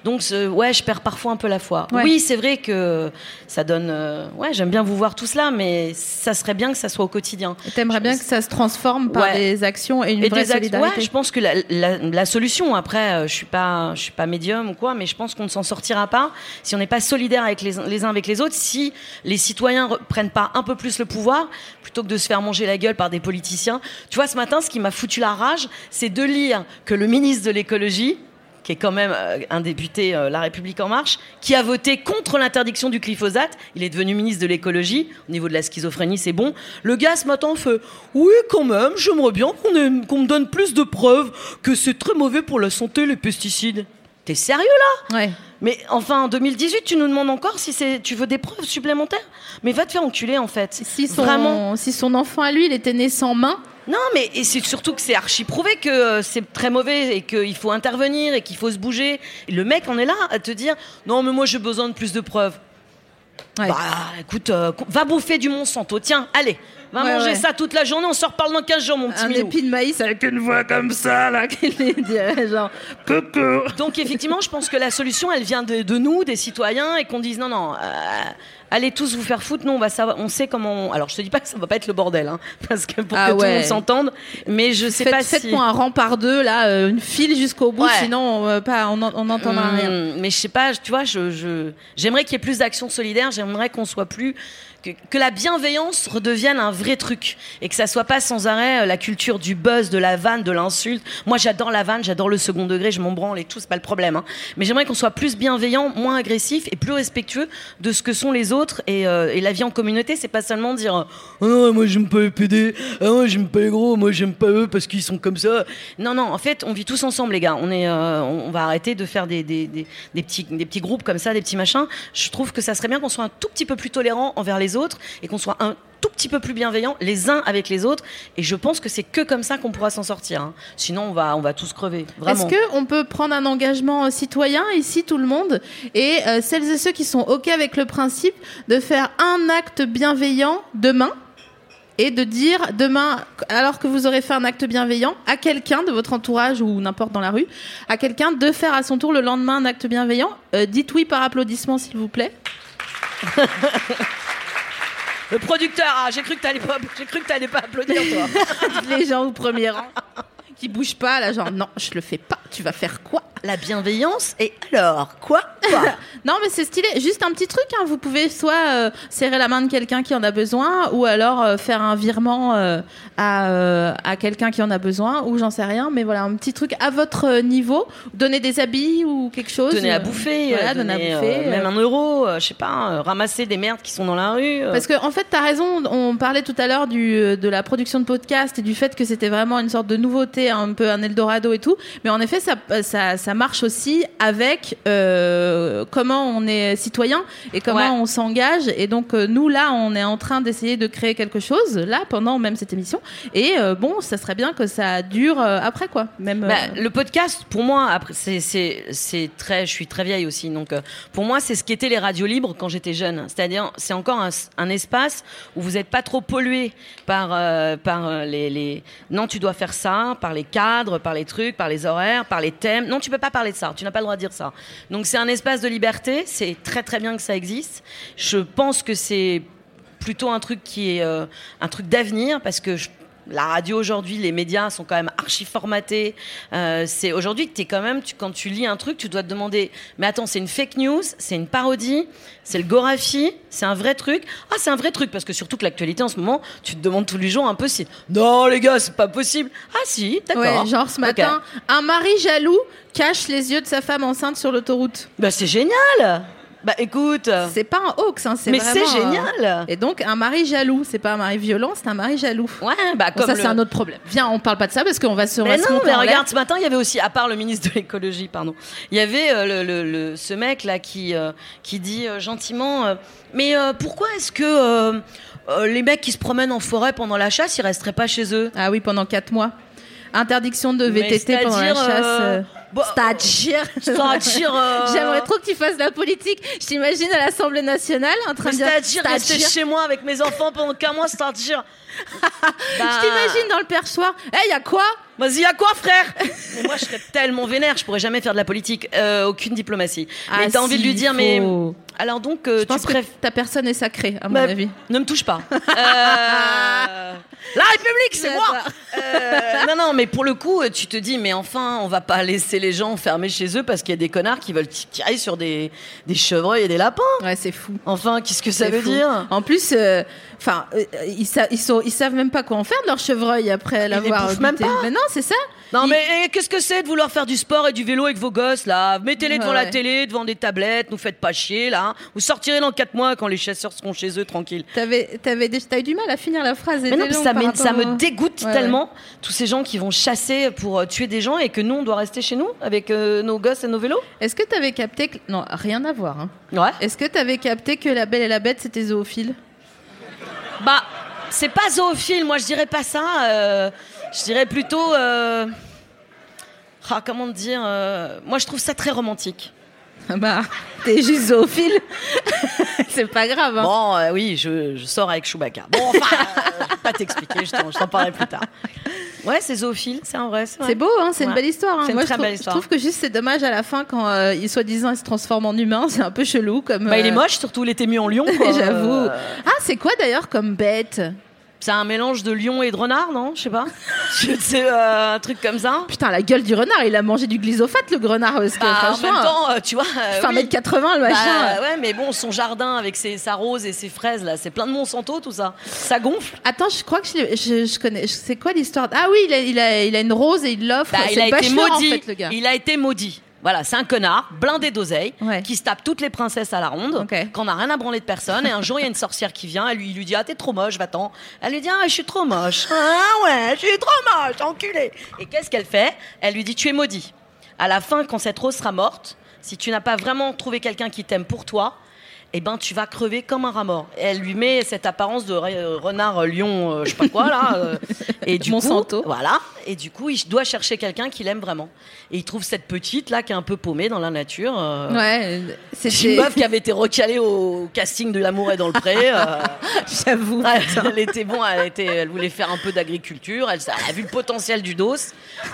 [SPEAKER 4] Donc ce- ouais, je perds parfois un peu la foi.
[SPEAKER 3] Ouais.
[SPEAKER 4] Oui, c'est vrai que ça donne. euh, ouais, j'aime bien vous voir tout cela, mais ça serait bien que ça soit au quotidien.
[SPEAKER 3] Et T'aimerais
[SPEAKER 4] je
[SPEAKER 3] bien
[SPEAKER 4] pense-
[SPEAKER 3] que ça se transforme par
[SPEAKER 4] Ouais.
[SPEAKER 3] des actions et une vraie
[SPEAKER 4] des actes-
[SPEAKER 3] solidarité.
[SPEAKER 4] ouais, je pense que la, la- la solution, après, euh, je suis pas, je suis pas médium ou quoi, mais je pense qu'on ne s'en sortira pas si on n'est pas solidaire avec les, uns- les uns avec les autres, si les citoyens re- prennent pas un peu plus le pouvoir, plutôt que de se faire manger la gueule par des politiciens. Tu vois, ce matin, ce qui m'a foutu la rage, c'est de lire que le ministre de l'écologie, qui est quand même euh, un député euh, La République En Marche, qui a voté contre l'interdiction du glyphosate. Il est devenu ministre de l'écologie. Au niveau de la schizophrénie, c'est bon. Le gars, ce matin, fait « Oui, quand même, j'aimerais bien qu'on ait- qu'on me donne plus de preuves que c'est très mauvais pour la santé, les pesticides. » T'es sérieux, là
[SPEAKER 3] Ouais.
[SPEAKER 4] Mais enfin, en 2018, tu nous demandes encore si c'est- tu veux des preuves supplémentaires Mais va te faire enculer, en fait.
[SPEAKER 3] Si son
[SPEAKER 4] Vraiment.
[SPEAKER 3] si son enfant à lui, il était né sans main,
[SPEAKER 4] Non, mais et c'est surtout que c'est archi prouvé que euh, c'est très mauvais et qu'il faut intervenir et qu'il faut se bouger. Et le mec, on est là à te dire non, mais moi j'ai besoin de plus de preuves.
[SPEAKER 3] Ouais.
[SPEAKER 4] Bah écoute, euh, co- va bouffer du Monsanto, tiens, allez, va
[SPEAKER 3] Ouais,
[SPEAKER 4] manger
[SPEAKER 3] ouais.
[SPEAKER 4] ça toute la journée, on se reparle dans 15 jours, mon petit
[SPEAKER 3] un
[SPEAKER 4] Milou.
[SPEAKER 3] épi de maïs avec une voix comme ça là, qu'il lui dirait genre coucou.
[SPEAKER 4] Donc effectivement, je pense que la solution, elle vient de, de nous, des citoyens, et qu'on dise non, non, euh, allez tous vous faire foutre. Nous, on va savoir, on sait comment. on- Alors, je te dis pas que ça va pas être le bordel, hein, parce que pour
[SPEAKER 3] Ah
[SPEAKER 4] que tout le
[SPEAKER 3] ouais.
[SPEAKER 4] monde s'entende. Mais je sais
[SPEAKER 3] Faites,
[SPEAKER 4] pas
[SPEAKER 3] faites
[SPEAKER 4] si.
[SPEAKER 3] pour un rang par deux là, euh, une file jusqu'au bout,
[SPEAKER 4] Ouais.
[SPEAKER 3] sinon euh, pas, on en- on n'entendra
[SPEAKER 4] Hmm,
[SPEAKER 3] rien.
[SPEAKER 4] Mais je sais pas, tu vois, je, je- j'aimerais qu'il y ait plus d'action solidaire, j'aimerais qu'on soit plus. Que, que la bienveillance redevienne un vrai truc et que ça soit pas sans arrêt euh, la culture du buzz, de la vanne, de l'insulte. Moi, j'adore la vanne, j'adore le second degré, je m'en branle et tout, c'est pas le problème. hein. Mais j'aimerais qu'on soit plus bienveillant, moins agressif et plus respectueux de ce que sont les autres et, euh, et la vie en communauté. C'est pas seulement dire euh, Ah non, moi j'aime pas les PD, ah non, j'aime pas les gros, moi j'aime pas eux parce qu'ils sont comme ça. Non, non, en fait, on vit tous ensemble, les gars. On est, euh, on on va arrêter de faire des, des, des, des petits, des petits groupes comme ça, des petits machins. Je trouve que ça serait bien qu'on soit un tout petit peu plus tolérant envers les autres et qu'on soit un tout petit peu plus bienveillant les uns avec les autres. Et je pense que c'est que comme ça qu'on pourra s'en sortir. hein. Sinon, on va, on va tous crever.
[SPEAKER 3] Est-ce
[SPEAKER 4] Vraiment.
[SPEAKER 3] que on peut prendre un engagement euh, citoyen ici tout le monde et euh, celles et ceux qui sont ok avec le principe de faire un acte bienveillant demain et de dire demain alors que vous aurez fait un acte bienveillant à quelqu'un de votre entourage ou n'importe dans la rue à quelqu'un de faire à son tour le lendemain un acte bienveillant Euh, dites oui par applaudissement s'il vous plaît
[SPEAKER 4] Le producteur, ah, j'ai cru que t'allais pas, j'ai cru que t'allais pas applaudir, toi.
[SPEAKER 3] les gens au premier rang qui bougent pas là genre non je le fais pas tu vas faire quoi
[SPEAKER 4] La bienveillance, et alors, quoi
[SPEAKER 3] Non, mais c'est stylé. Juste un petit truc, hein. vous pouvez soit euh, serrer la main de quelqu'un qui en a besoin, ou alors euh, faire un virement euh, à, euh, à quelqu'un qui en a besoin, ou j'en sais rien. Mais voilà, un petit truc à votre euh, niveau. Donner des habits ou quelque chose.
[SPEAKER 4] Donner
[SPEAKER 3] Euh,
[SPEAKER 4] à bouffer,
[SPEAKER 3] voilà,
[SPEAKER 4] euh,
[SPEAKER 3] donner à
[SPEAKER 4] donner,
[SPEAKER 3] bouffer,
[SPEAKER 4] euh,
[SPEAKER 3] euh.
[SPEAKER 4] même un euro, euh, je sais pas, euh, ramasser des merdes qui sont dans la rue. euh.
[SPEAKER 3] Parce que en fait, t'as raison. On parlait tout à l'heure du euh, de la production de podcast et du fait que c'était vraiment une sorte de nouveauté, un peu un eldorado et tout. Mais en effet, ça euh, ça, ça marche aussi avec euh, comment on est citoyen et comment
[SPEAKER 4] Ouais.
[SPEAKER 3] on s'engage. Et donc euh, nous là, on est en train d'essayer de créer quelque chose là pendant même cette émission. Et euh, bon, ça serait bien que ça dure euh, après quoi. Même.
[SPEAKER 4] Bah,
[SPEAKER 3] euh,
[SPEAKER 4] le podcast, pour moi, après, c'est, c'est, c'est très, je suis très vieille aussi, donc euh, pour moi, c'est ce qu'étaient les radios libres quand j'étais jeune. C'est-à-dire, c'est encore un, un espace où vous n'êtes pas trop pollué par euh, par euh, les, les non, tu dois faire ça, par les cadres, par les trucs, par les horaires, par les thèmes. non, tu peux pas parler de ça, tu n'as pas le droit de dire ça. Donc c'est un espace de liberté, c'est très très bien que ça existe. Je pense que c'est plutôt un truc qui est euh, un truc d'avenir parce que je- la radio aujourd'hui, les médias sont quand même archi formatés. Euh, c'est aujourd'hui que t'es quand même, tu, quand tu lis un truc, tu dois te demander. Mais attends, c'est une fake news, c'est une parodie, c'est le Gorafi, c'est un vrai truc. Ah, c'est un vrai truc parce que surtout que l'actualité en ce moment, tu te demandes tous les jours un peu si. Non, les gars, c'est pas possible. Ah si, d'accord.
[SPEAKER 3] Ouais, genre ce matin, un mari jaloux cache les yeux de sa femme enceinte sur l'autoroute.
[SPEAKER 4] Bah c'est génial. Bah écoute.
[SPEAKER 3] C'est pas un hoax, hein, c'est
[SPEAKER 4] Mais
[SPEAKER 3] vraiment.
[SPEAKER 4] c'est
[SPEAKER 3] euh,
[SPEAKER 4] génial.
[SPEAKER 3] Et donc un mari jaloux, c'est pas un mari violent, c'est un mari jaloux.
[SPEAKER 4] Ouais, bah
[SPEAKER 3] Bon,
[SPEAKER 4] comme
[SPEAKER 3] ça
[SPEAKER 4] le-
[SPEAKER 3] c'est un autre problème. Viens, on parle pas de ça parce qu'on va se, on va
[SPEAKER 4] Mais
[SPEAKER 3] se
[SPEAKER 4] non,
[SPEAKER 3] monter
[SPEAKER 4] mais
[SPEAKER 3] en l'air.
[SPEAKER 4] regarde, ce matin, il y avait aussi, à part le ministre de l'écologie, pardon, il y avait euh, le, le- le- ce mec là qui, euh, qui dit euh, gentiment, euh, mais euh, pourquoi est-ce que euh, euh, les mecs qui se promènent en forêt pendant la chasse, ils resteraient pas chez eux
[SPEAKER 3] Ah oui, pendant 4 mois. Interdiction de
[SPEAKER 4] Mais
[SPEAKER 3] VTT pendant la
[SPEAKER 4] c'est-à-dire,
[SPEAKER 3] chasse.
[SPEAKER 4] euh,
[SPEAKER 3] euh,
[SPEAKER 4] bah,
[SPEAKER 3] c'est-à-dire-
[SPEAKER 4] C'est-à-dire, euh,
[SPEAKER 3] J'aimerais trop que tu fasses de la politique. Je t'imagine à l'Assemblée nationale en train de
[SPEAKER 4] mais
[SPEAKER 3] dire.
[SPEAKER 4] C'est-à-dire rester
[SPEAKER 3] c'est-à-dire.
[SPEAKER 4] chez moi avec mes enfants pendant qu'un mois, c'est-à-dire. Bah,
[SPEAKER 3] Je t'imagine dans le perchoir. Eh, y a quoi
[SPEAKER 4] Vas-y, à quoi, frère Mais Moi, je serais tellement vénère, je pourrais jamais faire de la politique, euh, aucune diplomatie. Mais
[SPEAKER 3] Ah
[SPEAKER 4] t'as envie de lui
[SPEAKER 3] si,
[SPEAKER 4] dire, mais.
[SPEAKER 3] faut-
[SPEAKER 4] Alors donc, euh,
[SPEAKER 3] Je pense
[SPEAKER 4] tu préfères.
[SPEAKER 3] que ta personne est sacrée, à mon
[SPEAKER 4] Bah,
[SPEAKER 3] avis.
[SPEAKER 4] Ne me touche pas. Euh, La République, c'est moi.
[SPEAKER 3] J'adore.
[SPEAKER 4] Euh, Non, non, mais pour le coup, euh, tu te dis, mais enfin, on va pas laisser les gens enfermés chez eux parce qu'il y a des connards qui veulent t- tirer sur des, des chevreuils et des lapins.
[SPEAKER 3] Ouais, c'est fou.
[SPEAKER 4] Enfin, qu'est-ce que ça
[SPEAKER 3] C'est
[SPEAKER 4] veut
[SPEAKER 3] fou.
[SPEAKER 4] dire
[SPEAKER 3] En plus, euh, enfin, euh, ils, sa- ils, sont, ils savent même pas quoi en faire de leur chevreuil après l'avoir.
[SPEAKER 4] bouffent
[SPEAKER 3] goûté.
[SPEAKER 4] même pas.
[SPEAKER 3] Mais non, c'est ça.
[SPEAKER 4] Non,
[SPEAKER 3] Ils-
[SPEAKER 4] mais eh, qu'est-ce que c'est de vouloir faire du sport et du vélo avec vos gosses là Mettez-les devant
[SPEAKER 3] Ouais,
[SPEAKER 4] la
[SPEAKER 3] ouais.
[SPEAKER 4] télé, devant des tablettes, nous faites pas chier là. Vous sortirez dans 4 mois quand les chasseurs seront chez eux tranquilles.
[SPEAKER 3] T'avais, t'avais, des- t'as eu du mal à finir la phrase.
[SPEAKER 4] Mais non,
[SPEAKER 3] Était
[SPEAKER 4] puis
[SPEAKER 3] longue
[SPEAKER 4] ça,
[SPEAKER 3] par
[SPEAKER 4] m'é-
[SPEAKER 3] rapport
[SPEAKER 4] ça
[SPEAKER 3] au-
[SPEAKER 4] me dégoûte
[SPEAKER 3] Ouais,
[SPEAKER 4] tellement, tous ces gens qui vont chasser pour euh, tuer des gens et que nous, on doit rester chez nous avec euh, nos gosses et nos vélos.
[SPEAKER 3] Est-ce que t'avais capté que non, rien à voir. hein.
[SPEAKER 4] Ouais.
[SPEAKER 3] Est-ce que t'avais capté que La Belle et la Bête c'était zoophile
[SPEAKER 4] Bah, c'est pas zoophile, moi je dirais pas ça. euh, je dirais plutôt. euh, ah, comment dire euh, Moi je trouve ça très romantique.
[SPEAKER 3] Bah, t'es juste zoophile. c'est pas grave. hein.
[SPEAKER 4] Bon, euh, oui, je, je sors avec Chewbacca. Bon, enfin, euh, je vais pas t'expliquer, je t'en- je t'en parlerai plus tard. Ouais, c'est zoophile, c'est en vrai. vrai.
[SPEAKER 3] C'est beau, hein, c'est une
[SPEAKER 4] Ouais.
[SPEAKER 3] belle histoire. hein.
[SPEAKER 4] C'est une
[SPEAKER 3] Moi, je,
[SPEAKER 4] très
[SPEAKER 3] trouve,
[SPEAKER 4] belle histoire.
[SPEAKER 3] je trouve que juste c'est dommage à la fin quand euh, il soi-disant il se transforme en humain, c'est un peu chelou comme.
[SPEAKER 4] Bah, il est
[SPEAKER 3] euh,
[SPEAKER 4] moche, surtout il était mieux en lion. quoi.
[SPEAKER 3] J'avoue.
[SPEAKER 4] Euh,
[SPEAKER 3] Ah, c'est quoi d'ailleurs comme bête
[SPEAKER 4] C'est un mélange de lion et de renard, non Je sais pas. Je sais, euh, un truc comme ça.
[SPEAKER 3] Putain, la gueule du renard, il a mangé du glyphosate le renard parce que
[SPEAKER 4] Bah, en
[SPEAKER 3] franchement,
[SPEAKER 4] même temps, euh, tu vois. euh,
[SPEAKER 3] il fait
[SPEAKER 4] oui.
[SPEAKER 3] 1m80 le
[SPEAKER 4] Bah,
[SPEAKER 3] machin.
[SPEAKER 4] ouais, mais bon, son jardin avec ses, sa rose et ses fraises, là, c'est plein de Monsanto, tout ça. Ça gonfle.
[SPEAKER 3] Attends, je crois que je, l'ai- je, je connais. je- C'est quoi l'histoire Ah oui, il a, il, a, il a une rose et il l'offre.
[SPEAKER 4] Bah,
[SPEAKER 3] C'est
[SPEAKER 4] il a
[SPEAKER 3] le
[SPEAKER 4] été
[SPEAKER 3] bachelor,
[SPEAKER 4] maudit.
[SPEAKER 3] en fait, le gars.
[SPEAKER 4] Il a été maudit. Voilà, c'est un connard, blindé d'oseille,
[SPEAKER 3] Ouais.
[SPEAKER 4] qui se tape toutes les princesses à la ronde,
[SPEAKER 3] Ok.
[SPEAKER 4] qu'on n'a rien à branler de personne. Et un jour, il y a une sorcière qui vient, elle lui, il lui dit Ah, t'es trop moche, va-t'en. Elle lui dit Ah, je suis trop moche. Ah, ouais, je suis trop moche, enculé. Et qu'est-ce qu'elle fait Elle lui dit Tu es maudit. À la fin, quand cette rose sera morte, si tu n'as pas vraiment trouvé quelqu'un qui t'aime pour toi, eh ben tu vas crever comme un rat mort. Et elle lui met cette apparence de re- euh, renard, euh, lion, euh, je sais pas quoi là. euh, et du
[SPEAKER 3] Monsanto.
[SPEAKER 4] coup, voilà. Et du coup, il doit chercher quelqu'un qu'il aime vraiment. Et il trouve cette petite là qui est un peu paumée dans la nature. euh,
[SPEAKER 3] Ouais,
[SPEAKER 4] c'est une
[SPEAKER 3] c'était.
[SPEAKER 4] meuf qui avait été recalée au casting de L'amour est dans le pré. euh,
[SPEAKER 3] J'avoue.
[SPEAKER 4] ouais, elle était bon, elle, était, elle voulait faire un peu d'agriculture. Elle, s- elle a vu le potentiel du dos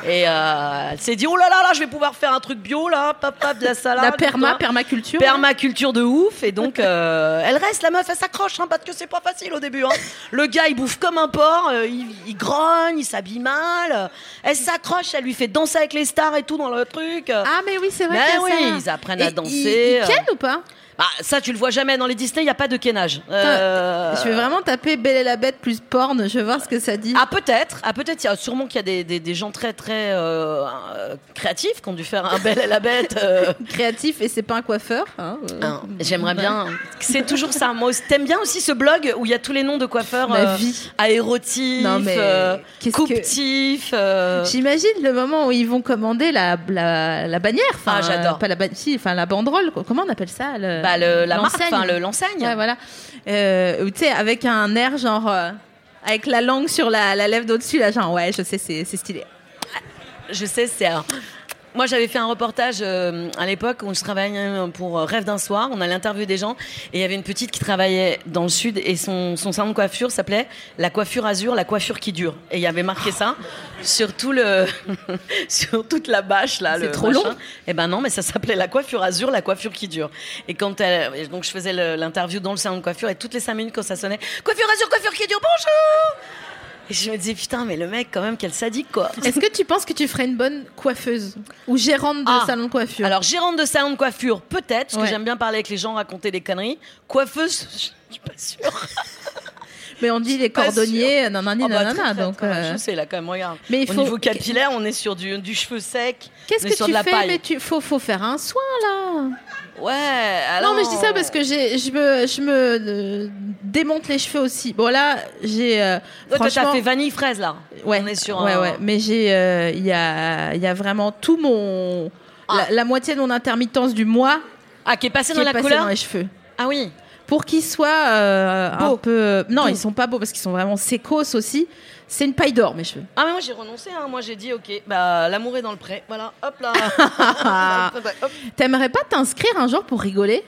[SPEAKER 4] et euh, elle s'est dit oh là là là, je vais pouvoir faire un truc bio là, papa de la salade,
[SPEAKER 3] La perma,
[SPEAKER 4] tout ça.
[SPEAKER 3] permaculture.
[SPEAKER 4] permaculture de ouf. Et donc euh, elle reste la meuf, elle s'accroche hein, parce que c'est pas facile au début. hein. Le gars il bouffe comme un porc, euh, il, il grogne, il s'habille mal. euh, Elle s'accroche, elle lui fait danser avec les stars et tout dans le truc. euh.
[SPEAKER 3] Ah, mais oui, c'est vrai.
[SPEAKER 4] Ben
[SPEAKER 3] qu'il y a
[SPEAKER 4] oui,
[SPEAKER 3] ça.
[SPEAKER 4] ils apprennent à
[SPEAKER 3] Et
[SPEAKER 4] danser,
[SPEAKER 3] Ils, ils
[SPEAKER 4] euh.
[SPEAKER 3] tiennent ou pas
[SPEAKER 4] Ah, ça, tu le vois jamais dans les Disney, il n'y a pas de Euh, kénage.
[SPEAKER 3] Je vais vraiment taper Belle et la Bête plus porn, je vais voir ce que ça dit.
[SPEAKER 4] Ah, peut-être, ah, peut-être, il y a sûrement qu'il y a des, des- des gens très, très euh, euh, créatifs qui ont dû faire un bel et la bête. euh.
[SPEAKER 3] Créatif et c'est pas un coiffeur. hein, euh.
[SPEAKER 4] Non, J'aimerais bien. C'est toujours ça. Moi, aussi- t'aimes bien aussi ce blog où il y a tous les noms de coiffeurs
[SPEAKER 3] Ma
[SPEAKER 4] euh,
[SPEAKER 3] vie.
[SPEAKER 4] aérotifs,
[SPEAKER 3] Non, mais
[SPEAKER 4] euh,
[SPEAKER 3] qu'est-ce que-
[SPEAKER 4] couptifs. euh.
[SPEAKER 3] J'imagine le moment où ils vont commander la, la, la bannière. Enfin,
[SPEAKER 4] Ah, j'adore.
[SPEAKER 3] euh, Pas la ban- si, enfin la banderole. quoi. Comment on appelle ça le-
[SPEAKER 4] Bah, le- la marque,
[SPEAKER 3] l'enseigne.
[SPEAKER 4] enfin, le- l'enseigne.
[SPEAKER 3] Ouais, voilà. Euh, ou tu sais, avec un air genre. euh, avec la langue sur la, la lèvre d'au-dessus, là, genre, ouais, je sais, c'est c'est stylé.
[SPEAKER 4] Je sais, c'est un. Moi, j'avais fait un reportage euh, à l'époque où je travaillais euh, pour euh, Rêve d'un soir. On allait interviewer des gens et il y avait une petite qui travaillait dans le sud et son, son salon de coiffure s'appelait La coiffure azur, la coiffure qui dure. Et il y avait marqué ça sur tout le, sur toute la bâche là.
[SPEAKER 3] C'est
[SPEAKER 4] le
[SPEAKER 3] trop long.
[SPEAKER 4] Eh ben non, mais ça s'appelait La coiffure azur, la coiffure qui dure. Et quand elle, et donc je faisais le- l'interview dans le salon de coiffure et toutes les cinq minutes quand ça sonnait, coiffure azur, coiffure qui dure, bonjour. Et je me disais putain, mais le mec quand même quel sadique quoi.
[SPEAKER 3] Est-ce que tu penses que tu ferais une bonne coiffeuse ou gérante de
[SPEAKER 4] Ah.
[SPEAKER 3] salon de coiffure
[SPEAKER 4] Alors, gérante de salon de coiffure, peut-être, parce
[SPEAKER 3] Ouais.
[SPEAKER 4] que j'aime bien parler avec les gens, raconter des conneries. Coiffeuse, je je suis pas sûre.
[SPEAKER 3] Mais on dit les
[SPEAKER 4] pas
[SPEAKER 3] cordonniers, nanani,
[SPEAKER 4] Ah bah,
[SPEAKER 3] nanana,
[SPEAKER 4] très, très,
[SPEAKER 3] donc.
[SPEAKER 4] très,
[SPEAKER 3] euh,
[SPEAKER 4] Je sais, là, quand même, regarde.
[SPEAKER 3] Mais il
[SPEAKER 4] Au
[SPEAKER 3] faut-
[SPEAKER 4] niveau capillaire, on est sur du, du cheveu sec.
[SPEAKER 3] Qu'est-ce
[SPEAKER 4] on est
[SPEAKER 3] que
[SPEAKER 4] sur
[SPEAKER 3] tu
[SPEAKER 4] de la
[SPEAKER 3] fais
[SPEAKER 4] paille.
[SPEAKER 3] Mais tu faut, faut faire un soin là.
[SPEAKER 4] Ouais, alors. euh,
[SPEAKER 3] Non, mais je dis ça parce que j'ai, je me, je me euh, démonte les cheveux aussi. Bon là, j'ai euh,
[SPEAKER 4] Ouais, toi,
[SPEAKER 3] franchement,
[SPEAKER 4] t'as fait vanille fraise, là.
[SPEAKER 3] ouais,
[SPEAKER 4] on est sur
[SPEAKER 3] ouais,
[SPEAKER 4] un-
[SPEAKER 3] ouais. Mais j'ai, euh, il y a, il y a vraiment tout mon, la, la moitié de mon intermittence du mois
[SPEAKER 4] Ah, qui est passé
[SPEAKER 3] qui
[SPEAKER 4] Ah. dans
[SPEAKER 3] est
[SPEAKER 4] la
[SPEAKER 3] passée
[SPEAKER 4] couleur
[SPEAKER 3] dans les cheveux.
[SPEAKER 4] Ah oui.
[SPEAKER 3] Pour qu'ils soient euh, un
[SPEAKER 4] Beaux.
[SPEAKER 3] peu, non,
[SPEAKER 4] Doux.
[SPEAKER 3] ils sont pas beaux parce qu'ils sont vraiment sécos aussi. C'est une paille d'or mes cheveux.
[SPEAKER 4] Ah, mais moi, j'ai renoncé, hein. Moi, j'ai dit, OK, bah, l'amour est dans le pré. Voilà, hop là. Hop.
[SPEAKER 3] T'aimerais pas t'inscrire un jour pour rigoler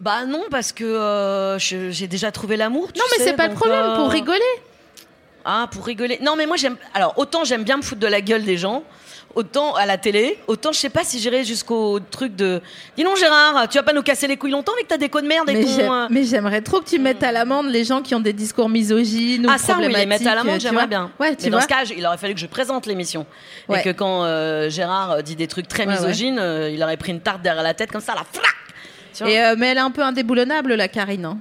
[SPEAKER 4] bah, non, parce que euh, je- j'ai déjà trouvé l'amour. tu
[SPEAKER 3] Non, mais
[SPEAKER 4] sais,
[SPEAKER 3] c'est pas le
[SPEAKER 4] donc,
[SPEAKER 3] problème pour
[SPEAKER 4] euh,
[SPEAKER 3] rigoler.
[SPEAKER 4] Ah, pour rigoler. Non, mais moi, j'aime. Alors, autant j'aime bien me foutre de la gueule des gens, autant à la télé, autant je sais pas si j'irai jusqu'au truc de. Dis non, Gérard, tu vas pas nous casser les couilles longtemps avec ta déco de merde et
[SPEAKER 3] Mais,
[SPEAKER 4] ton.
[SPEAKER 3] j'aime-
[SPEAKER 4] euh,
[SPEAKER 3] mais j'aimerais trop que tu mettes à l'amende les gens qui ont des discours misogynes ou
[SPEAKER 4] Ah, ça, oui, les mettre à
[SPEAKER 3] problématiques, tu
[SPEAKER 4] l'amende,
[SPEAKER 3] vois.
[SPEAKER 4] j'aimerais bien.
[SPEAKER 3] Ouais, tu
[SPEAKER 4] mais dans
[SPEAKER 3] vois.
[SPEAKER 4] ce cas, j- il aurait fallu que je présente l'émission.
[SPEAKER 3] Ouais.
[SPEAKER 4] Et que quand euh, Gérard euh, dit des trucs très
[SPEAKER 3] Ouais,
[SPEAKER 4] misogynes, euh, il aurait pris une tarte derrière la tête comme ça, la flac tu vois.
[SPEAKER 3] Et, euh, mais elle est un peu indéboulonnable, la Karine. hein.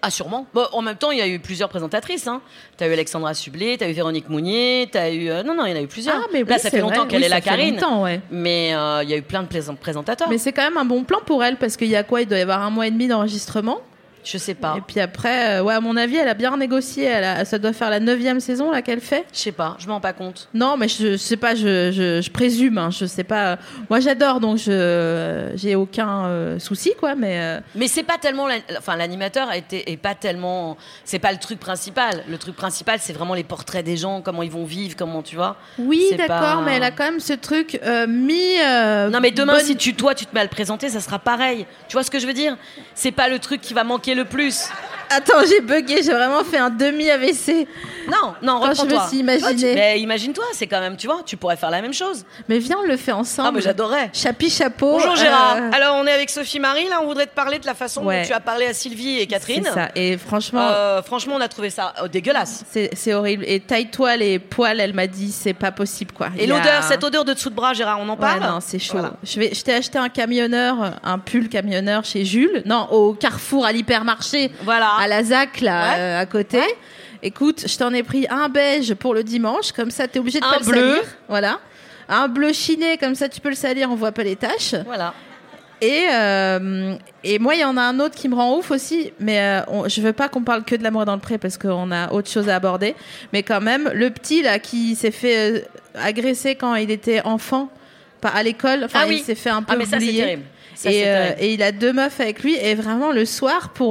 [SPEAKER 4] Ah, sûrement. Bon, en même temps, il y a eu plusieurs présentatrices. Hein. T'as eu Alexandra Sublet, t'as eu Véronique Mounier, t'as eu. euh, Non, non, il y en a eu plusieurs.
[SPEAKER 3] Ah, mais
[SPEAKER 4] Là,
[SPEAKER 3] oui,
[SPEAKER 4] ça
[SPEAKER 3] c'est
[SPEAKER 4] fait longtemps
[SPEAKER 3] vrai.
[SPEAKER 4] qu'elle
[SPEAKER 3] Oui,
[SPEAKER 4] est la
[SPEAKER 3] ça fait
[SPEAKER 4] Karine. Ah.
[SPEAKER 3] longtemps, ouais.
[SPEAKER 4] Mais euh, il y a eu plein de plaisant- présentateurs.
[SPEAKER 3] Mais c'est quand même un bon plan pour elle parce qu'il y a quoi Il doit y avoir un mois et demi d'enregistrement.
[SPEAKER 4] Je sais pas.
[SPEAKER 3] Et puis après, euh, ouais, à mon avis, elle a bien négocié. Elle a- ça doit faire la neuvième saison là qu'elle fait.
[SPEAKER 4] Je sais pas, je m'en rends pas compte.
[SPEAKER 3] Non, mais je, je sais pas, je, je, je présume, hein, je sais pas. Moi, j'adore, donc je j'ai aucun euh, souci, quoi. Mais euh,
[SPEAKER 4] Mais c'est pas tellement. la- Enfin, l'animateur a été- est pas tellement. C'est pas le truc principal. Le truc principal, c'est vraiment les portraits des gens, comment ils vont vivre, comment tu vois.
[SPEAKER 3] oui,
[SPEAKER 4] C'est
[SPEAKER 3] d'accord,
[SPEAKER 4] pas-
[SPEAKER 3] mais elle a quand même ce truc euh, mi. euh,
[SPEAKER 4] Non, mais demain,
[SPEAKER 3] bonne-
[SPEAKER 4] si tu, toi, tu te mets à le présenter, ça sera pareil. Tu vois ce que je veux dire C'est pas le truc qui va manquer le plus.
[SPEAKER 3] Attends, j'ai bugué, j'ai vraiment fait un demi AVC.
[SPEAKER 4] Non, non,
[SPEAKER 3] Quand je
[SPEAKER 4] reprends-toi.
[SPEAKER 3] me suis
[SPEAKER 4] Toi, tu-
[SPEAKER 3] imaginé.
[SPEAKER 4] Mais imagine-toi, c'est quand même, tu vois, tu pourrais faire la même chose.
[SPEAKER 3] Mais viens, on le fait ensemble.
[SPEAKER 4] Ah, mais j'adorerais.
[SPEAKER 3] Chapi chapeau.
[SPEAKER 4] Bonjour
[SPEAKER 3] euh,
[SPEAKER 4] Gérard. Alors, on est avec Sophie Marie, là, on voudrait te parler de la façon
[SPEAKER 3] Ouais.
[SPEAKER 4] dont tu as parlé à Sylvie et Catherine.
[SPEAKER 3] C'est ça. Et franchement,
[SPEAKER 4] Euh, franchement, on a trouvé ça euh, dégueulasse.
[SPEAKER 3] c'est c'est horrible. Et taille-toi les poils, elle m'a dit, c'est pas possible, quoi.
[SPEAKER 4] Et
[SPEAKER 3] Il y a-
[SPEAKER 4] l'odeur, cette odeur de dessous de bras, Gérard, on en
[SPEAKER 3] Ouais,
[SPEAKER 4] parle
[SPEAKER 3] non, c'est chaud.
[SPEAKER 4] Voilà.
[SPEAKER 3] Je, vais, je t'ai acheté un camionneur, un pull camionneur chez Jules. Non, au Carrefour, à l'hypermarché,
[SPEAKER 4] Voilà.
[SPEAKER 3] à la ZAC, là,
[SPEAKER 4] Ah. Ouais.
[SPEAKER 3] euh, à côté. Écoute, je t'en ai pris un beige pour le dimanche, comme ça, t'es obligé de
[SPEAKER 4] Un
[SPEAKER 3] pas le
[SPEAKER 4] bleu.
[SPEAKER 3] salir. Voilà. Un bleu chiné, comme ça, tu peux le salir, on voit pas les taches.
[SPEAKER 4] Voilà.
[SPEAKER 3] Et, euh, et moi, il y en a un autre qui me rend ouf aussi, mais euh, on- je veux pas qu'on parle que de l'amour dans le pré parce qu'on a autre chose à aborder. Mais quand même, le petit là qui s'est fait euh, agresser quand il était enfant, pas à l'école, enfin
[SPEAKER 4] Ah oui.
[SPEAKER 3] il s'est fait un peu
[SPEAKER 4] Ah, mais ça, c'est
[SPEAKER 3] oublier.
[SPEAKER 4] terrible. Ça, c'est
[SPEAKER 3] et, euh,
[SPEAKER 4] terrible.
[SPEAKER 3] et il a deux meufs avec lui et vraiment le soir pour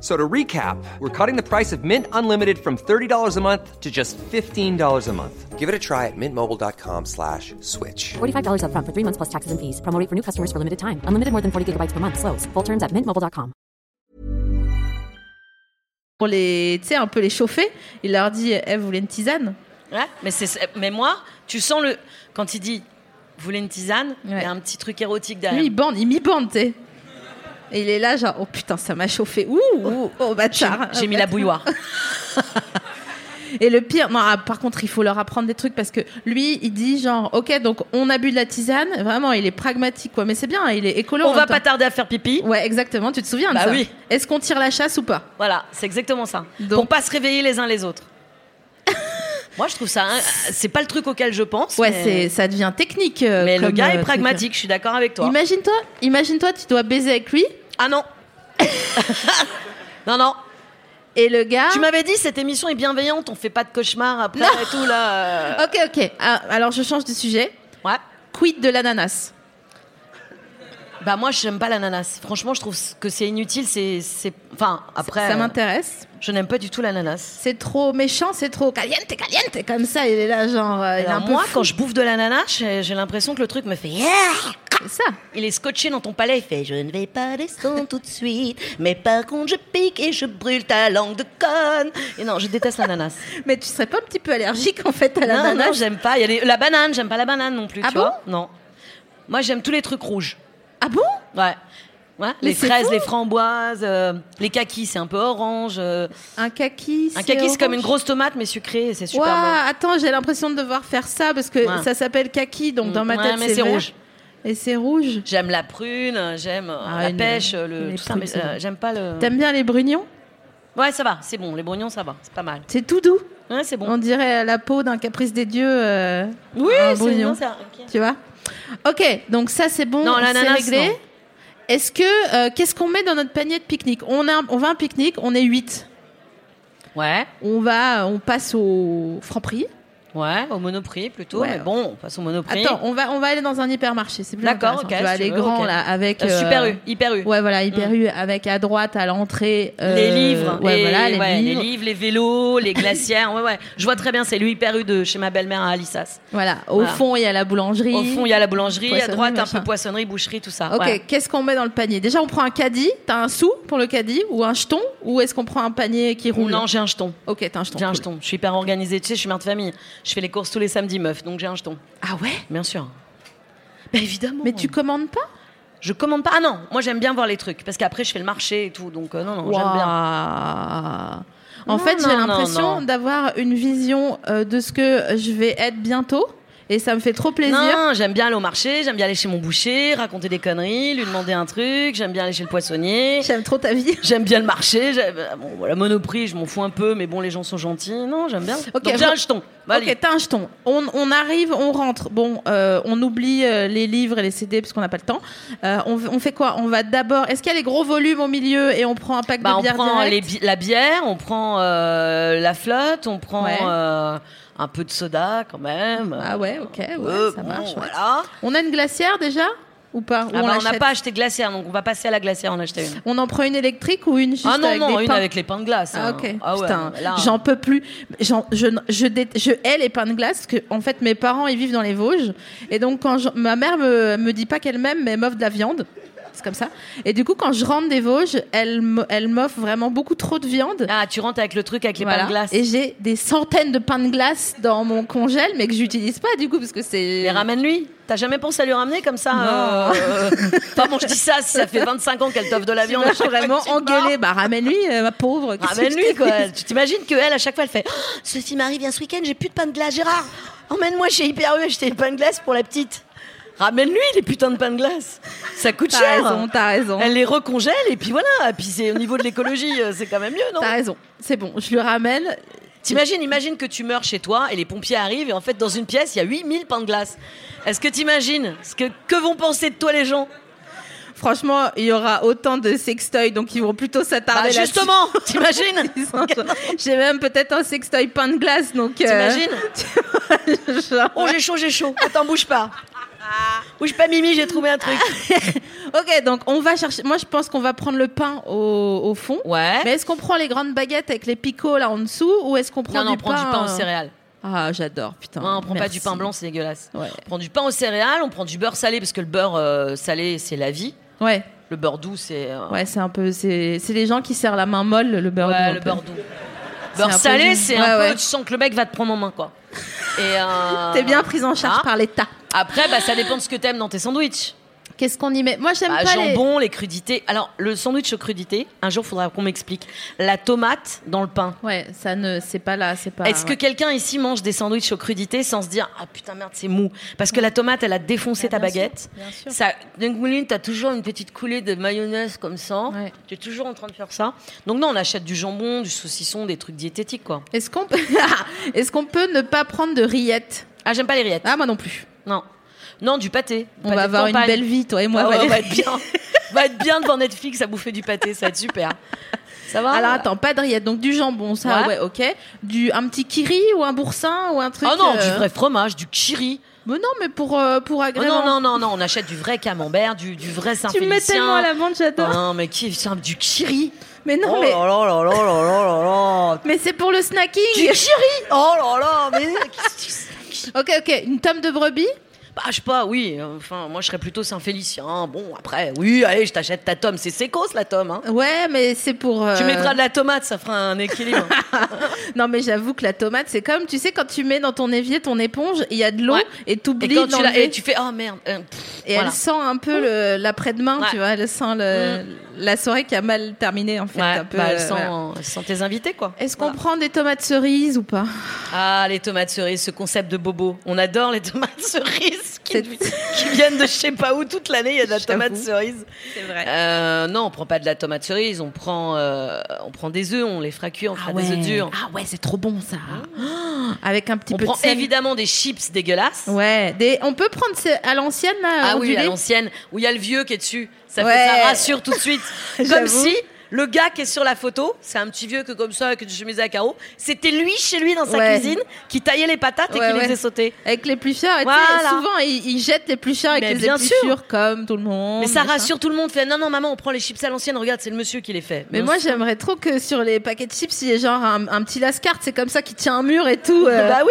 [SPEAKER 5] So to recap, we're cutting the price of Mint Unlimited from $30 a month to just $15 a month.
[SPEAKER 6] Give it a try at mintmobile.com slash switch.
[SPEAKER 7] $45 up front for three months plus taxes and fees. Promote for new customers for limited time. Unlimited more than 40 gigabytes per month. Slows. Full terms at mintmobile.com.
[SPEAKER 3] pour les, tu sais, un peu les chauffer. Il leur dit, eh, vous voulez une tisane
[SPEAKER 4] Ouais, mais, c'est- mais moi, tu sens le. Quand il dit, vous voulez une tisane Il
[SPEAKER 3] Ouais.
[SPEAKER 4] y a un petit truc érotique derrière.
[SPEAKER 3] Lui, il bande, il m'y bande, tu sais. Et il est là, genre, oh putain, ça m'a chauffé. Ouh, oh, oh
[SPEAKER 4] J'ai-
[SPEAKER 3] bâtard.
[SPEAKER 4] J'ai mis la bouilloire.
[SPEAKER 3] Et le pire, non, ah, par contre, il faut leur apprendre des trucs parce que lui, il dit genre, ok, donc on a bu de la tisane. Vraiment, il est pragmatique, quoi. Mais c'est bien, hein, il est écolo. en
[SPEAKER 4] on va
[SPEAKER 3] même
[SPEAKER 4] pas
[SPEAKER 3] temps.
[SPEAKER 4] tarder à faire pipi.
[SPEAKER 3] Ouais, exactement. Tu te souviens de
[SPEAKER 4] Bah
[SPEAKER 3] ça
[SPEAKER 4] oui.
[SPEAKER 3] Est-ce qu'on tire la chasse ou pas
[SPEAKER 4] Voilà, c'est exactement ça.
[SPEAKER 3] Donc-
[SPEAKER 4] Pour pas se réveiller les uns les autres. moi, je trouve ça. hein, c'est pas le truc auquel je pense.
[SPEAKER 3] Ouais,
[SPEAKER 4] mais-
[SPEAKER 3] c'est, ça devient technique. euh,
[SPEAKER 4] Mais le
[SPEAKER 3] comme,
[SPEAKER 4] gars
[SPEAKER 3] euh,
[SPEAKER 4] est
[SPEAKER 3] truc.
[SPEAKER 4] pragmatique, je suis d'accord avec toi.
[SPEAKER 3] Imagine-toi, imagine-toi, tu dois baiser avec lui.
[SPEAKER 4] Ah non Non, non.
[SPEAKER 3] Et le gars.
[SPEAKER 4] Tu m'avais dit cette émission est bienveillante, on fait pas de cauchemars après et tout là. euh.
[SPEAKER 3] Ok, ok. Ah, alors je change de sujet.
[SPEAKER 4] Ouais.
[SPEAKER 3] Quid de l'ananas
[SPEAKER 4] Bah moi j'aime pas l'ananas. Franchement, je trouve que c'est inutile, c'est c'est enfin après
[SPEAKER 3] Ça
[SPEAKER 4] euh,
[SPEAKER 3] m'intéresse.
[SPEAKER 4] je n'aime pas du tout l'ananas.
[SPEAKER 3] C'est trop méchant, c'est trop caliente, caliente. Comme ça, il est là, genre. euh, il est un
[SPEAKER 4] Alors,
[SPEAKER 3] peu
[SPEAKER 4] moi
[SPEAKER 3] fou.
[SPEAKER 4] quand je bouffe de l'ananas, j'ai j'ai l'impression que le truc me fait
[SPEAKER 3] C'est ça.
[SPEAKER 4] il est scotché dans ton palais, il fait je ne vais pas descendre tout de suite, mais par contre je pique et je brûle ta langue de conne. Et non, je déteste l'ananas.
[SPEAKER 3] Mais tu serais pas un petit peu allergique en fait à
[SPEAKER 4] non, non,
[SPEAKER 3] l'ananas
[SPEAKER 4] j'aime pas. Il y a les- la banane, j'aime pas la banane non plus.
[SPEAKER 3] Ah
[SPEAKER 4] tu
[SPEAKER 3] bon
[SPEAKER 4] vois Non. Moi, j'aime tous les trucs rouges.
[SPEAKER 3] Ah bon
[SPEAKER 4] Ouais. Ouais,
[SPEAKER 3] Mais
[SPEAKER 4] les
[SPEAKER 3] c'est
[SPEAKER 4] fraises,
[SPEAKER 3] fou.
[SPEAKER 4] les framboises, euh, les kakis, c'est un peu orange. euh,
[SPEAKER 3] Un kaki.
[SPEAKER 4] un kaki, c'est comme une
[SPEAKER 3] orange.
[SPEAKER 4] grosse tomate, mais sucrée, et c'est super
[SPEAKER 3] Ouah, attends, j'ai l'impression de devoir faire ça parce que
[SPEAKER 4] Ouais.
[SPEAKER 3] ça s'appelle kaki, donc
[SPEAKER 4] bon.
[SPEAKER 3] dans ma
[SPEAKER 4] Ouais,
[SPEAKER 3] tête
[SPEAKER 4] mais
[SPEAKER 3] c'est
[SPEAKER 4] c'est
[SPEAKER 3] vert.
[SPEAKER 4] rouge.
[SPEAKER 3] Et c'est rouge.
[SPEAKER 4] J'aime la prune, j'aime euh,
[SPEAKER 3] Ah,
[SPEAKER 4] la
[SPEAKER 3] les-
[SPEAKER 4] pêche, euh, le,
[SPEAKER 3] les
[SPEAKER 4] tout ça,
[SPEAKER 3] prunes,
[SPEAKER 4] mais,
[SPEAKER 3] c'est
[SPEAKER 4] euh,
[SPEAKER 3] bon.
[SPEAKER 4] j'aime pas le.
[SPEAKER 3] T'aimes bien les brugnons
[SPEAKER 4] Ouais, ça va, c'est bon, les brognons, ça va, c'est pas mal.
[SPEAKER 3] C'est tout doux.
[SPEAKER 4] Ouais, c'est bon.
[SPEAKER 3] On dirait la peau d'un caprice des dieux. euh,
[SPEAKER 4] Oui,
[SPEAKER 3] un
[SPEAKER 4] c'est
[SPEAKER 3] brugnon.
[SPEAKER 4] non, ça- ok.
[SPEAKER 3] Tu vois Ok, donc ça c'est bon,
[SPEAKER 4] Non,
[SPEAKER 3] c'est
[SPEAKER 4] l'ananas,
[SPEAKER 3] réglé.
[SPEAKER 4] non.
[SPEAKER 3] Est-ce que euh, qu'est-ce qu'on met dans notre panier de pique-nique On a, un- on va à un pique-nique, on est 8.
[SPEAKER 4] Ouais,
[SPEAKER 3] On va, on passe au Franprix.
[SPEAKER 4] ouais, au monoprix plutôt.
[SPEAKER 3] Ouais.
[SPEAKER 4] mais bon, on passe au monoprix.
[SPEAKER 3] Attends, on va, on va aller dans un hypermarché. C'est plus
[SPEAKER 4] D'accord,
[SPEAKER 3] intéressant.
[SPEAKER 4] ok,
[SPEAKER 3] Tu vas
[SPEAKER 4] si tu
[SPEAKER 3] aller
[SPEAKER 4] veux,
[SPEAKER 3] grand
[SPEAKER 4] ok.
[SPEAKER 3] là avec
[SPEAKER 4] Euh,
[SPEAKER 3] euh,
[SPEAKER 4] super U, hyper U.
[SPEAKER 3] Ouais, voilà, hyper U avec à droite à l'entrée euh,
[SPEAKER 4] les livres,
[SPEAKER 3] Ouais,
[SPEAKER 4] les,
[SPEAKER 3] voilà, les
[SPEAKER 4] ouais,
[SPEAKER 3] livres.
[SPEAKER 4] les vélos, les glacières. Ouais, ouais. Je vois très bien, c'est lui hyper U de chez ma belle-mère à Alissas.
[SPEAKER 3] Voilà, au
[SPEAKER 4] Voilà.
[SPEAKER 3] fond il y a la boulangerie.
[SPEAKER 4] Au fond, il y a la boulangerie, à
[SPEAKER 3] Poissonnerie,
[SPEAKER 4] droite, un
[SPEAKER 3] machin.
[SPEAKER 4] peu poissonnerie, boucherie, tout ça.
[SPEAKER 3] Ok,
[SPEAKER 4] ouais.
[SPEAKER 3] qu'est-ce qu'on met dans le panier Déjà, on prend un caddie. T'as un sou pour le caddie ou un jeton Ou est-ce qu'on prend un panier qui roule
[SPEAKER 4] Non, j'ai un jeton.
[SPEAKER 3] Ok, t'as un jeton.
[SPEAKER 4] J'ai un
[SPEAKER 3] cool.
[SPEAKER 4] jeton. Je suis hyper organisée. Tu sais, je suis mère de famille. Je fais les courses tous les samedis, meuf. Donc j'ai un jeton.
[SPEAKER 3] Ah ouais
[SPEAKER 4] Bien sûr. Bah évidemment.
[SPEAKER 3] Mais tu commandes pas
[SPEAKER 4] Je commande pas. Ah non, moi j'aime bien voir les trucs. Parce qu'après, je fais le marché et tout. Donc euh, non, non, j'aime bien.
[SPEAKER 3] Ouah. En
[SPEAKER 4] Non,
[SPEAKER 3] fait, j'ai
[SPEAKER 4] non, non,
[SPEAKER 3] l'impression
[SPEAKER 4] non.
[SPEAKER 3] d'avoir une vision euh, de ce que je vais être bientôt. Et ça me fait trop plaisir.
[SPEAKER 4] Non, j'aime bien aller au marché, j'aime bien aller chez mon boucher, raconter des conneries, lui demander un truc, j'aime bien aller chez le poissonnier,
[SPEAKER 3] J'aime trop ta vie.
[SPEAKER 4] J'aime bien le marché. j'aime- euh, Bon, voilà, Monoprix, je m'en fous un peu, mais bon, les gens sont gentils. Non, j'aime bien.
[SPEAKER 3] Ok,
[SPEAKER 4] Donc, j'ai
[SPEAKER 3] re-
[SPEAKER 4] un jeton. Bah, allez.
[SPEAKER 3] Ok, t'as un jeton. On, on arrive, on rentre. Bon, euh, on oublie euh, les livres et les CD parce qu'on n'a pas le temps. Euh, on, on fait quoi On va d'abord. Est-ce qu'il y a les gros volumes au milieu et on prend un pack
[SPEAKER 4] Bah,
[SPEAKER 3] de
[SPEAKER 4] on
[SPEAKER 3] bière
[SPEAKER 4] prend les
[SPEAKER 3] direct
[SPEAKER 4] bi- la bière, on prend euh, la flotte, on prend
[SPEAKER 3] Ouais.
[SPEAKER 4] euh, un peu de soda quand même.
[SPEAKER 3] Ah ouais, ok, ouais,
[SPEAKER 4] Euh,
[SPEAKER 3] ça
[SPEAKER 4] bon,
[SPEAKER 3] marche. ouais.
[SPEAKER 4] voilà.
[SPEAKER 3] On a une glacière déjà ou pas Ou
[SPEAKER 4] Ah bah, on n'a
[SPEAKER 3] l'achète
[SPEAKER 4] pas acheté de glacière, donc on va passer à la glacière en acheter une.
[SPEAKER 3] On en prend une électrique ou une juste
[SPEAKER 4] ah non,
[SPEAKER 3] avec
[SPEAKER 4] non,
[SPEAKER 3] des
[SPEAKER 4] une
[SPEAKER 3] pains
[SPEAKER 4] avec les pains de glace.
[SPEAKER 3] Ah
[SPEAKER 4] hein.
[SPEAKER 3] ok.
[SPEAKER 4] Ah ouais,
[SPEAKER 3] Putain,
[SPEAKER 4] là,
[SPEAKER 3] j'en peux plus. J'en- je, je, dé- je hais les pains de glace parce que en fait mes parents ils vivent dans les Vosges et donc quand je- ma mère me, me dit pas qu'elle m'aime mais elle m'offre de la viande. C'est comme ça. Et du coup quand je rentre des Vosges, elle m- elle m'offre vraiment beaucoup trop de viande.
[SPEAKER 4] Ah, tu rentres avec le truc avec les
[SPEAKER 3] Voilà.
[SPEAKER 4] pains de glace.
[SPEAKER 3] Et j'ai des centaines de pains de glace dans mon congèle mais que j'utilise pas du coup parce que c'est
[SPEAKER 4] Les ramène-lui. T'as jamais pensé à lui ramener comme ça
[SPEAKER 3] Non.
[SPEAKER 4] euh, Enfin bon, je dis ça, si ça fait 25 ans qu'elle t'offre de la
[SPEAKER 3] Tu
[SPEAKER 4] viande.
[SPEAKER 3] m'as vraiment
[SPEAKER 4] Tu te marres.
[SPEAKER 3] engueulé. Bah ramène-lui euh, ma pauvre. Qu'est-ce que je
[SPEAKER 4] Ramène-lui,
[SPEAKER 3] te
[SPEAKER 4] Ah, quoi.
[SPEAKER 3] dis
[SPEAKER 4] Tu t'imagines qu'elle, à chaque fois, elle fait Oh, Sophie Marie vient ce week-end, j'ai plus de pain de glace, Gérard. Emmène-moi chez Hyper U acheter des pains de glace pour la petite. Ah, Ramène-lui les putains de pains de glace. Ça coûte
[SPEAKER 3] T'as
[SPEAKER 4] cher.
[SPEAKER 3] raison, t'as raison.
[SPEAKER 4] Elle les recongèle et puis voilà. Et puis c'est au niveau de l'écologie, euh, c'est quand même mieux, non
[SPEAKER 3] T'as raison. C'est bon, je lui ramène.
[SPEAKER 4] T'imagines, imagine que tu meurs chez toi et les pompiers arrivent et en fait dans une pièce il y a 8000 pains de glace. Est-ce que t'imagines ce que, que vont penser de toi les gens
[SPEAKER 3] Franchement, il y aura autant de sextoys, donc ils vont plutôt
[SPEAKER 4] Bah,
[SPEAKER 3] s'attarder là-dessus.
[SPEAKER 4] Justement, t'imagines
[SPEAKER 3] J'ai même peut-être un sextoy pain de glace, donc. euh,
[SPEAKER 4] T'imagines
[SPEAKER 3] genre-
[SPEAKER 4] Oh j'ai chaud, j'ai chaud. Attends, bouge pas. Bouge pas Mimi, j'ai trouvé un truc.
[SPEAKER 3] ok, donc on va chercher. Moi, je pense qu'on va prendre le pain au, au fond.
[SPEAKER 4] Ouais.
[SPEAKER 3] Mais est-ce qu'on prend les grandes baguettes avec les picots là en dessous, ou est-ce qu'on prend
[SPEAKER 4] non, non,
[SPEAKER 3] du
[SPEAKER 4] on prend du pain aux
[SPEAKER 3] euh,
[SPEAKER 4] céréales.
[SPEAKER 3] Ah, j'adore, putain.
[SPEAKER 4] Non, on prend pas
[SPEAKER 3] merci.
[SPEAKER 4] du pain blanc, c'est dégueulasse.
[SPEAKER 3] Ouais.
[SPEAKER 4] On prend du pain aux céréales, on prend du beurre salé parce que le beurre euh, salé c'est la vie.
[SPEAKER 3] Ouais,
[SPEAKER 4] Le beurre doux c'est. euh,
[SPEAKER 3] ouais, c'est un peu. C'est c'est les gens qui serrent la main molle, le beurre.
[SPEAKER 4] ouais,
[SPEAKER 3] doux, un
[SPEAKER 4] le
[SPEAKER 3] peu.
[SPEAKER 4] beurre doux.
[SPEAKER 3] un
[SPEAKER 4] Beurre
[SPEAKER 3] peu
[SPEAKER 4] salé
[SPEAKER 3] doux.
[SPEAKER 4] c'est
[SPEAKER 3] Ouais,
[SPEAKER 4] un peu.
[SPEAKER 3] ouais.
[SPEAKER 4] Tu sens que le mec va te prendre en main quoi. Et. euh,
[SPEAKER 3] T'es bien prise en charge
[SPEAKER 4] ah.
[SPEAKER 3] par l'État.
[SPEAKER 4] Après, bah, ça dépend de ce que t'aimes dans tes sandwichs.
[SPEAKER 3] Qu'est-ce qu'on y met Moi, j'aime
[SPEAKER 4] Bah,
[SPEAKER 3] pas les.
[SPEAKER 4] jambon, les... crudités. Alors, le sandwich aux crudités, un jour, faudra qu'on m'explique. La tomate dans le pain.
[SPEAKER 3] Ouais, ça ne, c'est pas là, c'est pas.
[SPEAKER 4] Est-ce que quelqu'un ici mange des sandwichs aux crudités sans se dire ah putain merde c'est mou parce que la tomate elle a défoncé ta
[SPEAKER 3] Ah, bien sûr,
[SPEAKER 4] baguette.
[SPEAKER 3] bien sûr.
[SPEAKER 4] Ça d'une mouline t'as toujours une petite coulée de mayonnaise comme ça.
[SPEAKER 3] Ouais.
[SPEAKER 4] Tu es toujours en train de faire ça. Donc non on achète du jambon, du saucisson, des trucs diététiques quoi.
[SPEAKER 3] Est-ce qu'on peut... Est-ce qu'on peut ne pas prendre de rillettes
[SPEAKER 4] Ah j'aime pas les rillettes.
[SPEAKER 3] Ah, moi non plus.
[SPEAKER 4] Non non du pâté.
[SPEAKER 3] On
[SPEAKER 4] Pâté
[SPEAKER 3] va
[SPEAKER 4] de
[SPEAKER 3] avoir une
[SPEAKER 4] campagne.
[SPEAKER 3] belle vie, toi et moi,
[SPEAKER 4] Ah ouais, on
[SPEAKER 3] Valérie.
[SPEAKER 4] va être bien. va être bien devant Netflix à bouffer du pâté, ça va être super. Ça va
[SPEAKER 3] Ah. Alors attends, pas de rillettes, donc du jambon, ça, ouais,
[SPEAKER 4] Ah. Ouais.
[SPEAKER 3] ok. Du, un petit kiri ou un boursin ou un truc.
[SPEAKER 4] Oh non,
[SPEAKER 3] euh,
[SPEAKER 4] du vrai fromage, du chiri.
[SPEAKER 3] Mais non, mais pour, euh, pour
[SPEAKER 4] Oh
[SPEAKER 3] agrément.
[SPEAKER 4] non, non, non, non, on achète du vrai camembert, du, du vrai
[SPEAKER 1] Tu me mets tellement à
[SPEAKER 4] Saint-Félicien.
[SPEAKER 1] la menthe,
[SPEAKER 4] Oh
[SPEAKER 1] j'adore.
[SPEAKER 4] non, mais qui c'est un- du chiri
[SPEAKER 3] Mais non,
[SPEAKER 4] Oh
[SPEAKER 3] mais,
[SPEAKER 4] là là là là là là là
[SPEAKER 3] mais c'est pour le snacking.
[SPEAKER 4] Du chiri Oh là là, mais qu'est-ce que tu-
[SPEAKER 3] Ok, ok, une tome de brebis.
[SPEAKER 4] Bah, je sais pas, oui. Enfin, moi, je serais plutôt Saint-Félicien. Bon, après, oui, allez, je t'achète ta tome. C'est sécos, la tome. Hein.
[SPEAKER 3] Ouais, mais c'est pour. euh,
[SPEAKER 4] Tu mettras de la tomate, ça fera un équilibre.
[SPEAKER 3] Non, mais j'avoue que la tomate, c'est comme, tu sais, quand tu mets dans ton évier ton éponge, il y a de l'eau
[SPEAKER 4] Ouais.
[SPEAKER 3] et
[SPEAKER 4] et
[SPEAKER 3] t'oublies
[SPEAKER 4] quand tu l'as,
[SPEAKER 3] d'enlever.
[SPEAKER 4] et tu fais, oh merde. euh, pff,
[SPEAKER 3] Et
[SPEAKER 4] voilà.
[SPEAKER 3] elle sent un peu le- l'après-demain, tu
[SPEAKER 4] Ouais. Mm.
[SPEAKER 3] vois. Elle sent le- la soirée qui a mal terminé, en fait.
[SPEAKER 4] Ouais,
[SPEAKER 3] un peu,
[SPEAKER 4] bah,
[SPEAKER 3] euh,
[SPEAKER 4] elle sent,
[SPEAKER 3] voilà.
[SPEAKER 4] elle sent tes invités, quoi.
[SPEAKER 3] Est-ce qu'on
[SPEAKER 4] Voilà.
[SPEAKER 3] prend des tomates cerises ou pas
[SPEAKER 4] Ah, les tomates cerises, ce concept de bobo. On adore les tomates cerises qui, qui viennent de je sais pas où. Toute l'année, il y a de la
[SPEAKER 3] J'avoue.
[SPEAKER 4] tomate cerise.
[SPEAKER 3] C'est vrai.
[SPEAKER 4] Euh, non, on prend pas de la tomate cerise. On prend, euh, on prend des œufs, on les fera cuire, on fera des œufs durs. Mm.
[SPEAKER 3] Ah ouais, c'est trop bon ça. Oh, Avec un petit
[SPEAKER 4] on
[SPEAKER 3] peu
[SPEAKER 4] prend
[SPEAKER 3] de sel.
[SPEAKER 4] évidemment des chips dégueulasses.
[SPEAKER 3] Ouais, des- on peut prendre ce- à l'ancienne là,
[SPEAKER 4] Ah oui, à
[SPEAKER 3] ondulé
[SPEAKER 4] l'ancienne, où il y a le vieux qui est dessus. Ça,
[SPEAKER 3] Ouais.
[SPEAKER 4] fait, ça rassure tout de suite. comme
[SPEAKER 3] J'avoue.
[SPEAKER 4] si le gars qui est sur la photo, c'est un petit vieux que comme ça, avec une chemise à carreaux, c'était lui chez lui dans sa
[SPEAKER 3] Ouais.
[SPEAKER 4] cuisine qui taillait les patates
[SPEAKER 3] Ouais,
[SPEAKER 4] et qui
[SPEAKER 3] ouais.
[SPEAKER 4] les faisait sauter.
[SPEAKER 3] avec l'éplucheur. Et tu
[SPEAKER 4] Voilà.
[SPEAKER 3] sais, souvent, ils, ils jettent l'éplucheur avec
[SPEAKER 4] Mais
[SPEAKER 3] les
[SPEAKER 4] bien sûr.
[SPEAKER 3] épluchures comme tout le monde.
[SPEAKER 4] Mais ça
[SPEAKER 3] machin.
[SPEAKER 4] rassure tout le monde. Fait non, non, maman, on prend les chips à l'ancienne. Regarde, c'est le monsieur qui les fait.
[SPEAKER 3] Mais
[SPEAKER 4] On
[SPEAKER 3] moi,
[SPEAKER 4] s-
[SPEAKER 3] j'aimerais trop que sur les paquets de chips, il y ait genre un, un petit lascar, c'est comme ça qui tient un mur et tout. euh,
[SPEAKER 4] bah oui.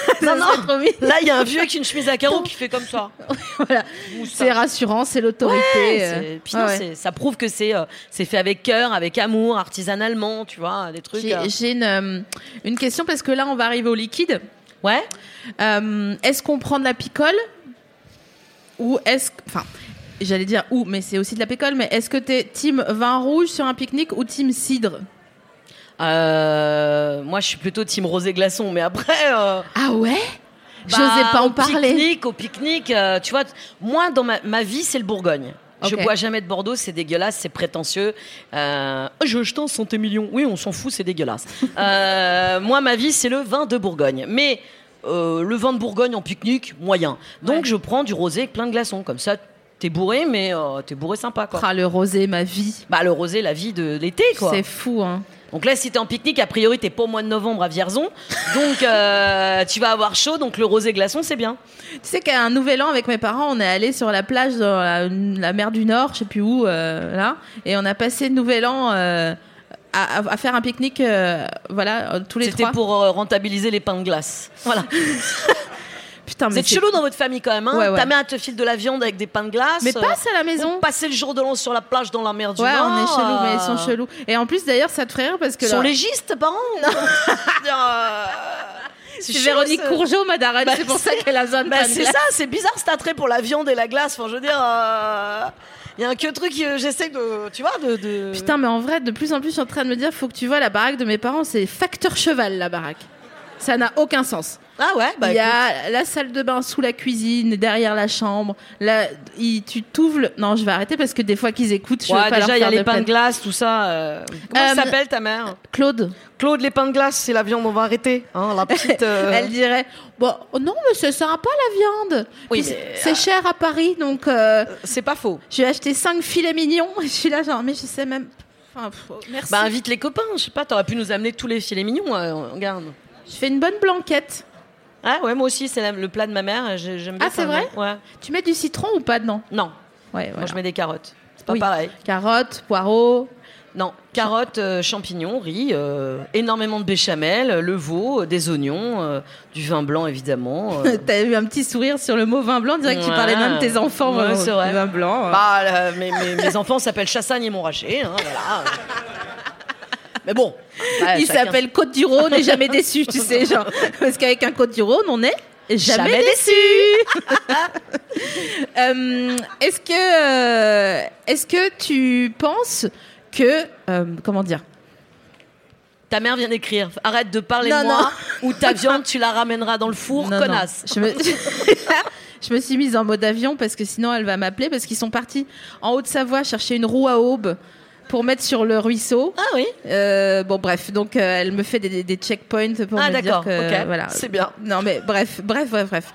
[SPEAKER 3] ça
[SPEAKER 4] non,
[SPEAKER 3] serait
[SPEAKER 4] non.
[SPEAKER 3] trop mignon.
[SPEAKER 4] Là, il y a un vieux avec une chemise à carreaux qui fait comme ça.
[SPEAKER 3] Voilà.
[SPEAKER 4] Ou ça.
[SPEAKER 3] C'est rassurant, c'est l'autorité. euh.
[SPEAKER 4] C'est- puis non,
[SPEAKER 3] Ouais, ouais.
[SPEAKER 4] c'est- ça prouve que c'est euh, c'est fait avec cœur, avec amour, artisanalement, tu vois, des trucs.
[SPEAKER 3] J'ai-
[SPEAKER 4] euh.
[SPEAKER 3] J'ai une, euh, une question parce que là, on va arriver au liquide.
[SPEAKER 4] Ouais.
[SPEAKER 3] Euh, est-ce qu'on prend de la picole ou est-ce enfin j'allais dire ou mais c'est aussi de la picole mais est-ce que t'es team vin rouge sur un pique-nique ou team cidre
[SPEAKER 4] Euh, moi, je suis plutôt team rosé glaçon, mais après, euh,
[SPEAKER 3] ah ouais
[SPEAKER 4] bah,
[SPEAKER 3] j'osais pas
[SPEAKER 4] au
[SPEAKER 3] en parler
[SPEAKER 4] Pique-nique, au pique-nique, euh, tu vois. t- Moi, dans ma, ma vie, c'est le Bourgogne. Je
[SPEAKER 3] Ok.
[SPEAKER 4] bois jamais de Bordeaux, c'est dégueulasse, c'est prétentieux. Euh, je je t'en sentais millions. Oui, on s'en fout, c'est dégueulasse. Euh, moi, ma vie, c'est le vin de Bourgogne. Mais euh, le vin de Bourgogne en pique-nique, moyen. Donc, je prends du rosé avec plein de glaçons. Comme ça, t'es bourré, mais euh, t'es bourré sympa, quoi.
[SPEAKER 3] Ah, le rosé ma vie
[SPEAKER 4] Bah, le rosé, la vie de l'été, quoi.
[SPEAKER 3] c'est fou hein
[SPEAKER 4] Donc là, si t'es en pique-nique, a priori, t'es pas au mois de novembre à Vierzon. Donc, euh, tu vas avoir chaud. Donc, le rosé glaçon, c'est bien.
[SPEAKER 3] tu sais qu'à un nouvel an avec mes parents on est allé sur la plage dans la, la mer du Nord je sais plus où euh, là et on a passé le nouvel an euh, à, à- à faire un pique-nique euh, voilà euh, tous les
[SPEAKER 4] C'était
[SPEAKER 3] trois
[SPEAKER 4] pour euh, rentabiliser les pains de glace. Voilà.
[SPEAKER 3] putain
[SPEAKER 4] Vous êtes chelou dans votre famille quand même. Hein
[SPEAKER 3] Ouais, ouais.
[SPEAKER 4] Ta mère elle te file de la viande avec des pains de glace.
[SPEAKER 3] mais
[SPEAKER 4] euh,
[SPEAKER 3] passe à la maison
[SPEAKER 4] vous passez le jour de l'an sur la plage dans la mer du
[SPEAKER 3] Ouais,
[SPEAKER 4] Nord.
[SPEAKER 3] on est chelou, mais ils
[SPEAKER 4] euh,
[SPEAKER 3] sont chelous. Et en plus, d'ailleurs, ça te ferait rire parce que.
[SPEAKER 4] Ils sont
[SPEAKER 3] leur-
[SPEAKER 4] légistes, tes parents Euh,
[SPEAKER 3] C'est
[SPEAKER 4] chelou,
[SPEAKER 3] Véronique
[SPEAKER 4] ça.
[SPEAKER 3] Courgeot, Madarel,
[SPEAKER 4] Bah,
[SPEAKER 3] euh, c'est pour ça qu'elle a besoin de
[SPEAKER 4] Bah,
[SPEAKER 3] pain de
[SPEAKER 4] c'est
[SPEAKER 3] glace.
[SPEAKER 4] ça, c'est bizarre cet attrait pour la viande et la glace. Enfin, je veux dire, euh, il y a un que truc que j'essaie de. Tu vois, de. de-
[SPEAKER 3] Putain, mais en vrai, de plus en plus, je suis en train de me dire, faut que tu vois la baraque de mes parents, c'est facteur cheval, la baraque. Ça n'a aucun sens.
[SPEAKER 4] Ah ouais, bah.
[SPEAKER 3] Il y a la salle de bain sous la cuisine, derrière la chambre. Là, il- tu t'ouvres. le- Non, je vais arrêter parce que des fois qu'ils écoutent, je
[SPEAKER 4] Ouais,
[SPEAKER 3] veux pas
[SPEAKER 4] déjà,
[SPEAKER 3] leur
[SPEAKER 4] il y
[SPEAKER 3] faire
[SPEAKER 4] a
[SPEAKER 3] de
[SPEAKER 4] les pains
[SPEAKER 3] peine.
[SPEAKER 4] de glace, tout ça. euh, Comment
[SPEAKER 3] Euh,
[SPEAKER 4] elle s'appelle ta mère
[SPEAKER 3] Claude,
[SPEAKER 4] Claude, les pains de glace, c'est la viande, on va arrêter. hein, la petite. euh,
[SPEAKER 3] elle dirait Bon, oh non, mais c'est sympa la viande.
[SPEAKER 4] Oui,
[SPEAKER 3] Puis
[SPEAKER 4] mais, euh,
[SPEAKER 3] c'est cher à Paris, donc. euh,
[SPEAKER 4] C'est pas faux.
[SPEAKER 3] J'ai acheté 5 filets mignons. Je suis là, genre, mais je sais même. Enfin, pff, oh, merci.
[SPEAKER 4] Bah, invite les copains, je sais pas, t'aurais pu nous amener tous les filets mignons, euh, regarde.
[SPEAKER 3] Je fais une bonne blanquette.
[SPEAKER 4] Ah ouais, moi aussi, c'est la- le plat de ma mère, j'ai- j'aime bien.
[SPEAKER 3] Ah, c'est
[SPEAKER 4] ça,
[SPEAKER 3] vrai
[SPEAKER 4] Ouais.
[SPEAKER 3] Tu mets du citron ou pas dedans
[SPEAKER 4] Non,
[SPEAKER 3] Ouais, voilà.
[SPEAKER 4] moi je mets des carottes. C'est pas
[SPEAKER 3] Oui.
[SPEAKER 4] pareil.
[SPEAKER 3] Carottes, poireaux.
[SPEAKER 4] Non, carottes, euh, champignons, riz, euh, énormément de béchamel, euh, le veau, euh, des oignons, euh, du vin blanc évidemment. euh.
[SPEAKER 3] T'as eu un petit sourire sur le mot vin blanc. On dirait que tu
[SPEAKER 4] Ouais.
[SPEAKER 3] parlais même de tes enfants.
[SPEAKER 4] Ouais,
[SPEAKER 3] euh,
[SPEAKER 4] c'est vrai.
[SPEAKER 3] Vin blanc. euh.
[SPEAKER 4] Bah, là, mes, mes- mes enfants s'appellent Chassagne et Montrachet, hein, voilà. Mais bon. ouais,
[SPEAKER 3] Il
[SPEAKER 4] Ah, Bah, chacun-
[SPEAKER 3] s'appelle Côte du Rhône et jamais déçu, tu sais, genre. Parce qu'avec un Côte du Rhône, on est jamais,
[SPEAKER 4] Jamais
[SPEAKER 3] déçu. Euh, est-ce que, euh, est-ce que tu penses que, euh, comment dire,
[SPEAKER 4] Ta mère vient d'écrire. Arrête de parler
[SPEAKER 3] Non,
[SPEAKER 4] de moi ou ta viande, tu la ramèneras dans le four,
[SPEAKER 3] Non, non.
[SPEAKER 4] connasse.
[SPEAKER 3] Je, me... je me suis mise en mode avion parce que sinon elle va m'appeler parce qu'ils sont partis en Haute-Savoie chercher une roue à aube pour mettre sur le ruisseau.
[SPEAKER 4] Ah oui
[SPEAKER 3] Euh, bon bref, donc euh, elle me fait des, des- des checkpoints pour
[SPEAKER 4] Ah,
[SPEAKER 3] me dire
[SPEAKER 4] d'accord,
[SPEAKER 3] que
[SPEAKER 4] ok.
[SPEAKER 3] voilà.
[SPEAKER 4] C'est bien.
[SPEAKER 3] Non mais bref, bref, bref, bref.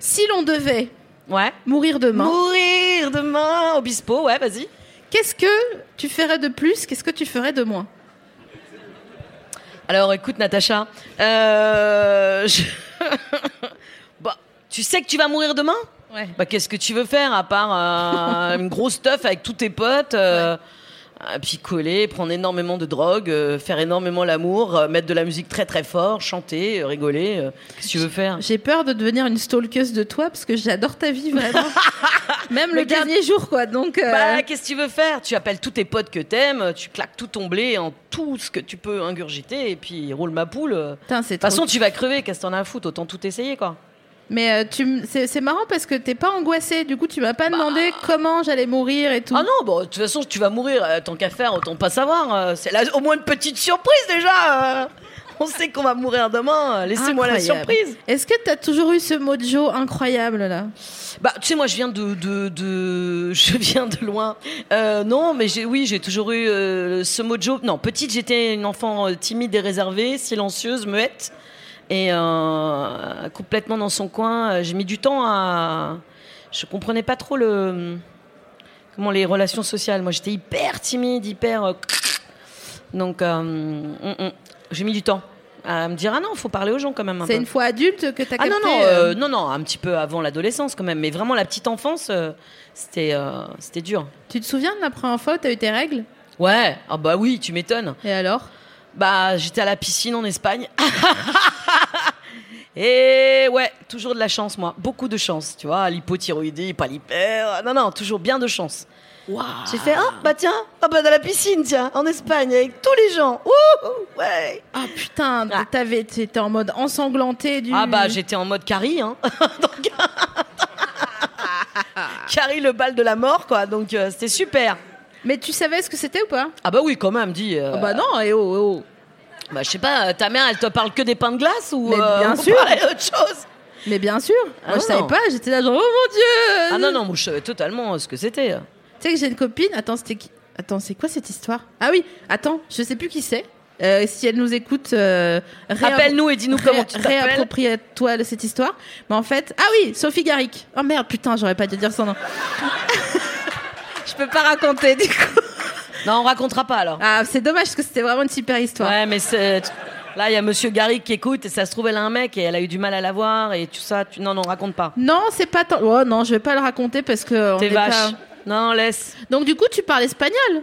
[SPEAKER 3] Si l'on devait
[SPEAKER 4] Ouais.
[SPEAKER 3] mourir demain,
[SPEAKER 4] Mourir demain, Obispo, ouais, vas-y.
[SPEAKER 3] Qu'est-ce que tu ferais de plus Qu'est-ce que tu ferais de moins
[SPEAKER 4] Alors écoute Natacha, euh, je- bah, tu sais que tu vas mourir demain
[SPEAKER 3] Ouais.
[SPEAKER 4] Bah, Qu'est-ce que tu veux faire à part euh, une grosse teuf avec tous tes potes euh, euh, Picoler, prendre énormément de drogue, euh, faire énormément l'amour, euh, mettre de la musique très très fort, chanter, euh, rigoler. euh, Qu'est-ce que tu veux faire
[SPEAKER 3] J'ai peur de devenir une stalkeuse de toi parce que j'adore ta vie vraiment. Même le dernier jour quoi. Donc euh,
[SPEAKER 4] Bah, qu'est-ce que tu veux faire Tu appelles tous tes potes que t'aimes, tu claques tout ton blé en tout ce que tu peux ingurgiter et puis roule ma poule. euh. De toute
[SPEAKER 3] putain, c'est trop
[SPEAKER 4] façon, tu vas crever, qu'est-ce que t'en as à foutre Autant tout essayer, quoi.
[SPEAKER 3] Mais euh, tu m- c'est c'est marrant parce que t'es pas angoissée. Du coup, tu m'as pas demandé comment j'allais mourir et tout.
[SPEAKER 4] Bah. Ah non, bon, de toute façon, tu vas mourir, euh, tant qu'à faire, autant pas savoir. euh, c'est la- au moins une petite surprise déjà. euh. on sait qu'on va mourir demain, euh, laissez-moi la
[SPEAKER 3] Incroyable.
[SPEAKER 4] surprise.
[SPEAKER 3] Est-ce que t'as toujours eu ce mojo incroyable là
[SPEAKER 4] Bah, tu sais, moi, je viens de, de, de- je viens de loin. Euh, non, mais j'ai, oui, j'ai toujours eu euh, ce mojo. Non, petite, j'étais une enfant euh, timide et réservée, silencieuse, muette, et euh, complètement dans son coin. Euh, J'ai mis du temps à. Je comprenais pas trop le comment les relations sociales. Moi, j'étais hyper timide, hyper. euh, donc, euh, mm, mm. j'ai mis du temps à me dire ah non, faut parler aux gens quand même. un
[SPEAKER 3] C'est
[SPEAKER 4] peu.
[SPEAKER 3] une fois adulte que t'as capté
[SPEAKER 4] Ah non, non,
[SPEAKER 3] euh,
[SPEAKER 4] euh, non, non, un petit peu avant l'adolescence quand même, mais vraiment la petite enfance, euh, c'était, euh, c'était dur.
[SPEAKER 3] Tu te souviens de la première fois où t'as eu tes règles
[SPEAKER 4] Ouais, ah bah oui, tu m'étonnes.
[SPEAKER 3] Et alors
[SPEAKER 4] Bah, j'étais à la piscine en Espagne. Et ouais, toujours de la chance, moi. Beaucoup de chance, tu vois. L'hypothyroïdie, pas l'hyper. Non, non, toujours bien de chance. J'ai fait, ah, bah tiens, ah bah dans la piscine, tiens, en Espagne, avec tous les gens. Wouhou, ouais.
[SPEAKER 3] Ah putain,
[SPEAKER 4] Ah.
[SPEAKER 3] t'avais t'étais en mode ensanglanté du.
[SPEAKER 4] Ah bah j'étais en mode Carrie, hein. Donc- Carrie le bal de la mort, quoi. Donc euh, c'était super.
[SPEAKER 3] Mais tu savais ce que c'était ou pas
[SPEAKER 4] Ah bah oui, quand même, dis. euh,
[SPEAKER 3] Ah Bah non, et oh, eh oh.
[SPEAKER 4] bah, je sais pas, euh, ta mère, elle te parle que des pains de glace ou euh,
[SPEAKER 3] Mais bien
[SPEAKER 4] on
[SPEAKER 3] sûr.
[SPEAKER 4] parlait d'autre chose
[SPEAKER 3] Mais bien sûr.
[SPEAKER 4] Ah
[SPEAKER 3] Moi
[SPEAKER 4] non,
[SPEAKER 3] je savais
[SPEAKER 4] non.
[SPEAKER 3] pas. J'étais là genre oh mon dieu.
[SPEAKER 4] Ah non, non, moi je savais totalement euh, ce que c'était.
[SPEAKER 3] Tu sais que j'ai une copine. Attends, c'était qui Attends, c'est quoi cette histoire Ah oui, attends, je sais plus qui c'est. Euh, si elle nous écoute, euh, réappro-
[SPEAKER 4] Appelle-nous et dis-nous
[SPEAKER 3] ré-
[SPEAKER 4] comment tu t'appelles.
[SPEAKER 3] Réapproprie-toi de cette histoire. Mais en fait, ah oui, Sophie Garrick. Oh merde, putain, j'aurais pas dû dire son nom. je peux pas raconter du coup.
[SPEAKER 4] Non, on racontera pas alors.
[SPEAKER 3] Ah, c'est dommage parce que c'était vraiment une super histoire.
[SPEAKER 4] Ouais, mais c'est- là, il y a monsieur Garrick qui écoute et ça se trouve, elle a un mec et elle a eu du mal à l'avoir et tout ça. Tu... Non, non, raconte pas.
[SPEAKER 3] Non, c'est pas tant. Oh non, je vais pas le raconter parce que. on
[SPEAKER 4] T'es
[SPEAKER 3] est
[SPEAKER 4] vache.
[SPEAKER 3] pas-
[SPEAKER 4] Non, laisse.
[SPEAKER 3] Donc du coup, tu parles espagnol.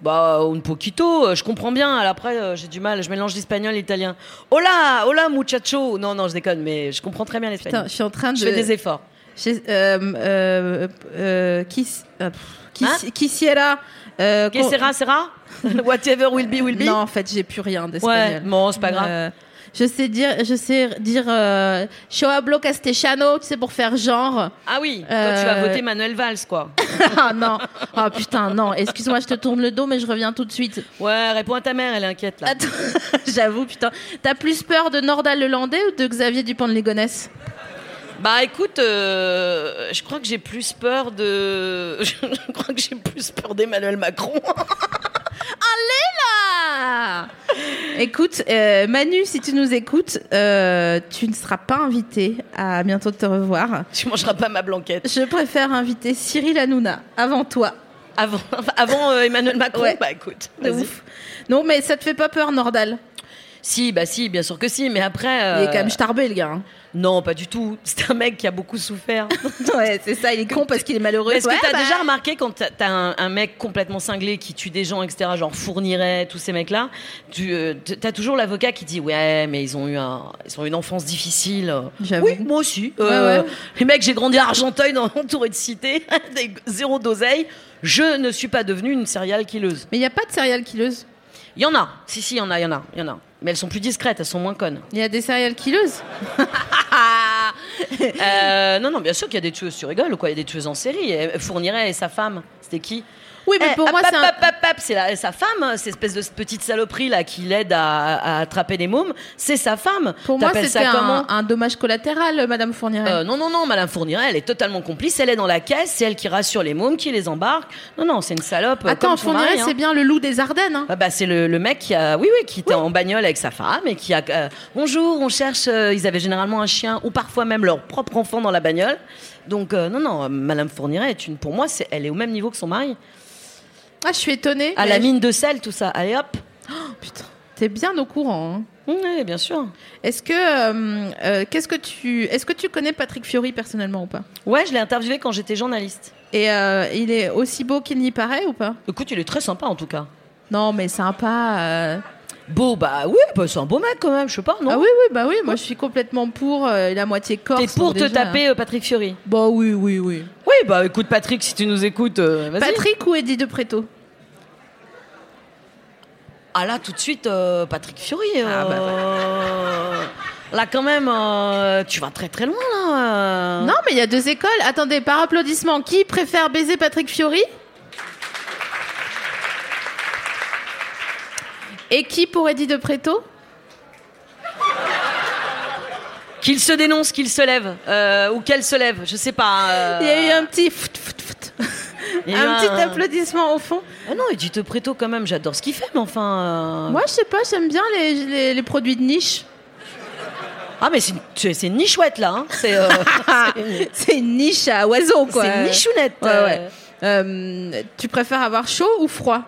[SPEAKER 4] Bah, un poquito, euh, je comprends bien. Alors Après, euh, j'ai du mal, je mélange l'espagnol et l'italien. Hola, hola, muchacho. Non, non, je déconne, mais je comprends très bien
[SPEAKER 3] Putain,
[SPEAKER 4] l'espagnol.
[SPEAKER 3] je suis en train de.
[SPEAKER 4] Je fais des efforts.
[SPEAKER 3] Chez- euh, euh, euh, qui s- euh, pff, qui
[SPEAKER 4] Hein
[SPEAKER 3] s- qui sera euh,
[SPEAKER 4] Que
[SPEAKER 3] con-
[SPEAKER 4] sera, sera Oh. Whatever will be, will be.
[SPEAKER 3] Non, en fait, j'ai plus rien
[SPEAKER 4] ouais,
[SPEAKER 3] d'espagnol.
[SPEAKER 4] bon, c'est pas grave.
[SPEAKER 3] Euh, je sais dire, je sais dire euh, "Yo hablo castellano", tu sais pour faire genre.
[SPEAKER 4] Ah oui, toi
[SPEAKER 3] Euh,
[SPEAKER 4] tu vas voter Manuel Valls quoi.
[SPEAKER 3] ah non, ah putain non. Excuse-moi, je te tourne le dos, mais je reviens tout de suite.
[SPEAKER 4] Ouais, réponds à ta mère, elle est inquiète là.
[SPEAKER 3] Attends, j'avoue putain. T'as plus peur de Nordal le Landais ou de Xavier Dupont de Ligonnès
[SPEAKER 4] Bah écoute, euh, je crois que j'ai plus peur de. Je crois que j'ai plus peur d'Emmanuel Macron.
[SPEAKER 3] Ah Écoute, euh, Manu, si tu nous écoutes, euh, tu ne seras pas invité à bientôt de te revoir.
[SPEAKER 4] tu mangeras pas ma blanquette.
[SPEAKER 3] Je préfère inviter Cyril Hanouna avant toi.
[SPEAKER 4] Avant, avant euh, Emmanuel Macron,
[SPEAKER 3] Ouais.
[SPEAKER 4] bah écoute.
[SPEAKER 3] De
[SPEAKER 4] vas-y.
[SPEAKER 3] ouf. Non, mais ça te fait pas peur, Nordal
[SPEAKER 4] Si, bah si, bien sûr que si, mais après.
[SPEAKER 3] Il est
[SPEAKER 4] euh,
[SPEAKER 3] quand même starbé, le gars. hein.
[SPEAKER 4] Non, pas du tout. C'est un mec qui a beaucoup souffert.
[SPEAKER 3] ouais, c'est ça, il est con parce qu'il est malheureux.
[SPEAKER 4] Est-ce
[SPEAKER 3] Ouais,
[SPEAKER 4] que t'as
[SPEAKER 3] bah.
[SPEAKER 4] déjà remarqué quand t'as- t'as un, un mec complètement cinglé qui tue des gens, etc., genre Fourniret, tous ces mecs-là, tu euh, t- t'as toujours l'avocat qui dit ouais, mais ils ont eu un, ils ont eu une enfance difficile.
[SPEAKER 3] J'avoue.
[SPEAKER 4] Oui, moi aussi. Euh,
[SPEAKER 3] Ouais, ouais.
[SPEAKER 4] Les mecs, j'ai grandi à Argenteuil, dans entouré de cité, des- zéro d'oseille. Je ne suis pas devenue une serial killeuse.
[SPEAKER 3] Mais il n'y a pas de serial killeuse.
[SPEAKER 4] Il y en a. Si, si, il y en a, il y en a, il y en a. Mais elles sont plus discrètes, elles sont moins connes.
[SPEAKER 3] Il y a des serial killeuses.
[SPEAKER 4] Euh, non, non, bien sûr qu'il y a des tueuses, tu rigoles ou quoi Il y a des tueuses en série. Et Fourniret et sa femme, c'était qui
[SPEAKER 3] Oui, mais
[SPEAKER 4] Eh,
[SPEAKER 3] pour
[SPEAKER 4] hop,
[SPEAKER 3] moi,
[SPEAKER 4] hop,
[SPEAKER 3] c'est un.
[SPEAKER 4] hop, hop, hop, c'est la- sa femme, hein, cette espèce de petite saloperie là qui l'aide à, à attraper des mômes. C'est sa femme.
[SPEAKER 3] Pour moi,
[SPEAKER 4] T'appelles
[SPEAKER 3] c'était
[SPEAKER 4] ça comment
[SPEAKER 3] un, un dommage collatéral, Madame Fourniret.
[SPEAKER 4] Euh, non, non, non, Madame Fourniret, elle est totalement complice. Elle est dans la caisse, c'est elle qui rassure les mômes, qui les embarque. Non, non, c'est une salope. euh,
[SPEAKER 3] Attends,
[SPEAKER 4] comme son
[SPEAKER 3] Fourniret,
[SPEAKER 4] mari, hein.
[SPEAKER 3] c'est bien le loup des Ardennes. hein.
[SPEAKER 4] Ah bah, c'est le, le mec qui a, oui, oui, qui était en bagnole avec sa femme et qui a, euh, bonjour, on cherche, euh, ils avaient généralement un chien ou parfois même leur propre enfant dans la bagnole. Donc, euh, non, non, euh, Madame Fourniret est une, pour moi, c'est, elle est au même niveau que son mari.
[SPEAKER 3] Ah, je suis étonnée.
[SPEAKER 4] À
[SPEAKER 3] mais
[SPEAKER 4] la
[SPEAKER 3] je-
[SPEAKER 4] mine de sel, tout ça. Allez hop.
[SPEAKER 3] Putain, t'es bien au courant. hein.
[SPEAKER 4] Oui, bien sûr.
[SPEAKER 3] Est-ce que euh, euh, qu'est-ce que tu est-ce que tu connais Patrick Fiori personnellement ou pas
[SPEAKER 4] Ouais, je l'ai interviewé quand j'étais journaliste.
[SPEAKER 3] Et euh, il est aussi beau qu'il n'y paraît ou pas
[SPEAKER 4] Écoute, il est très sympa en tout cas.
[SPEAKER 3] Non, mais sympa. euh.
[SPEAKER 4] Beau, bah oui, bah, c'est un beau mec quand même, je sais pas, non
[SPEAKER 3] Ah oui, oui, bah oui. Moi, je suis complètement pour. euh, il a moitié corse.
[SPEAKER 4] T'es pour
[SPEAKER 3] donc
[SPEAKER 4] te
[SPEAKER 3] déjà, hein.
[SPEAKER 4] taper euh, Patrick Fiori
[SPEAKER 3] Bah oui, oui, oui.
[SPEAKER 4] Oui, bah écoute Patrick, si tu nous écoutes, euh, vas-y.
[SPEAKER 3] Patrick ou Eddie de Preto
[SPEAKER 4] Ah là, tout de suite, euh, Patrick Fiori.
[SPEAKER 3] Ah, bah,
[SPEAKER 4] euh, Là quand même, euh, tu vas très très loin là. euh.
[SPEAKER 3] Non, mais il y a deux écoles. Attendez, par applaudissement, qui préfère baiser Patrick Fiori Et qui pour Eddie de Preto
[SPEAKER 4] Qu'il se dénonce, qu'il se lève, euh, ou qu'elle se lève, je sais pas. euh.
[SPEAKER 3] Il y a eu un petit fout, fout, fout.
[SPEAKER 4] Il y a eu
[SPEAKER 3] un petit
[SPEAKER 4] un-
[SPEAKER 3] applaudissement au fond.
[SPEAKER 4] Ah non, il dit te préto quand même, j'adore ce qu'il fait, mais enfin. euh,
[SPEAKER 3] Moi, je sais pas, j'aime bien les, les- les produits de niche.
[SPEAKER 4] Ah mais c'est une- c'est c'est une nichouette là, hein. c'est euh, c'est une,
[SPEAKER 3] C'est une niche à oiseaux, quoi.
[SPEAKER 4] c'est une nichounette.
[SPEAKER 3] Ouais,
[SPEAKER 4] euh.
[SPEAKER 3] ouais. Euh, tu préfères avoir chaud ou froid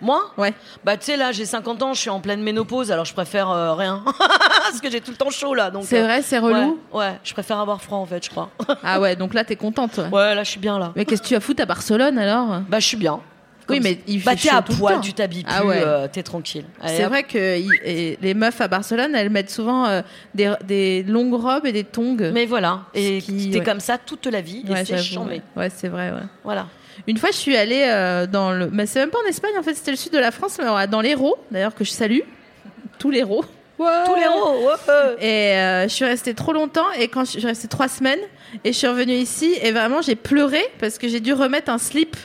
[SPEAKER 4] Moi
[SPEAKER 3] Ouais.
[SPEAKER 4] Bah tu sais là j'ai 50 ans, je suis en pleine ménopause alors je préfère euh, rien. Parce que j'ai tout le temps chaud là donc.
[SPEAKER 3] C'est
[SPEAKER 4] euh,
[SPEAKER 3] vrai, c'est relou.
[SPEAKER 4] Ouais, ouais, je préfère avoir froid en fait je crois.
[SPEAKER 3] Ah ouais, donc là, t'es contente. ouais.
[SPEAKER 4] ouais là je suis bien là.
[SPEAKER 3] Mais qu'est-ce que tu as foutre à Barcelone alors
[SPEAKER 4] Bah je suis bien.
[SPEAKER 3] Oui,
[SPEAKER 4] Comme
[SPEAKER 3] mais
[SPEAKER 4] ça.
[SPEAKER 3] il fait
[SPEAKER 4] Bah t'es
[SPEAKER 3] chaud
[SPEAKER 4] à
[SPEAKER 3] tout le
[SPEAKER 4] poil,
[SPEAKER 3] temps.
[SPEAKER 4] tu t'habilles plus,
[SPEAKER 3] Ah ouais.
[SPEAKER 4] euh, t'es tranquille. Allez,
[SPEAKER 3] C'est
[SPEAKER 4] hop.
[SPEAKER 3] vrai que il- et les meufs à Barcelone, elles mettent souvent euh, des, des longues robes et des tongs.
[SPEAKER 4] Mais voilà, et
[SPEAKER 3] euh, Ce qui-
[SPEAKER 4] t'es
[SPEAKER 3] ouais.
[SPEAKER 4] comme ça toute la vie
[SPEAKER 3] Ouais,
[SPEAKER 4] et c'est
[SPEAKER 3] j'avoue,
[SPEAKER 4] chambé.
[SPEAKER 3] ouais. Ouais, c'est vrai. ouais.
[SPEAKER 4] Voilà.
[SPEAKER 3] Une fois, je suis allée euh, dans le. Mais c'est même pas en Espagne, en fait, c'était le sud de la France, mais dans l'Hérault, d'ailleurs, que je salue. Tous l'Hérault.
[SPEAKER 4] Tous les héros.
[SPEAKER 3] Et euh, je suis restée trop longtemps, et quand je, je suis restée trois semaines, et je suis revenue ici, et vraiment, j'ai pleuré parce que j'ai dû remettre un slip.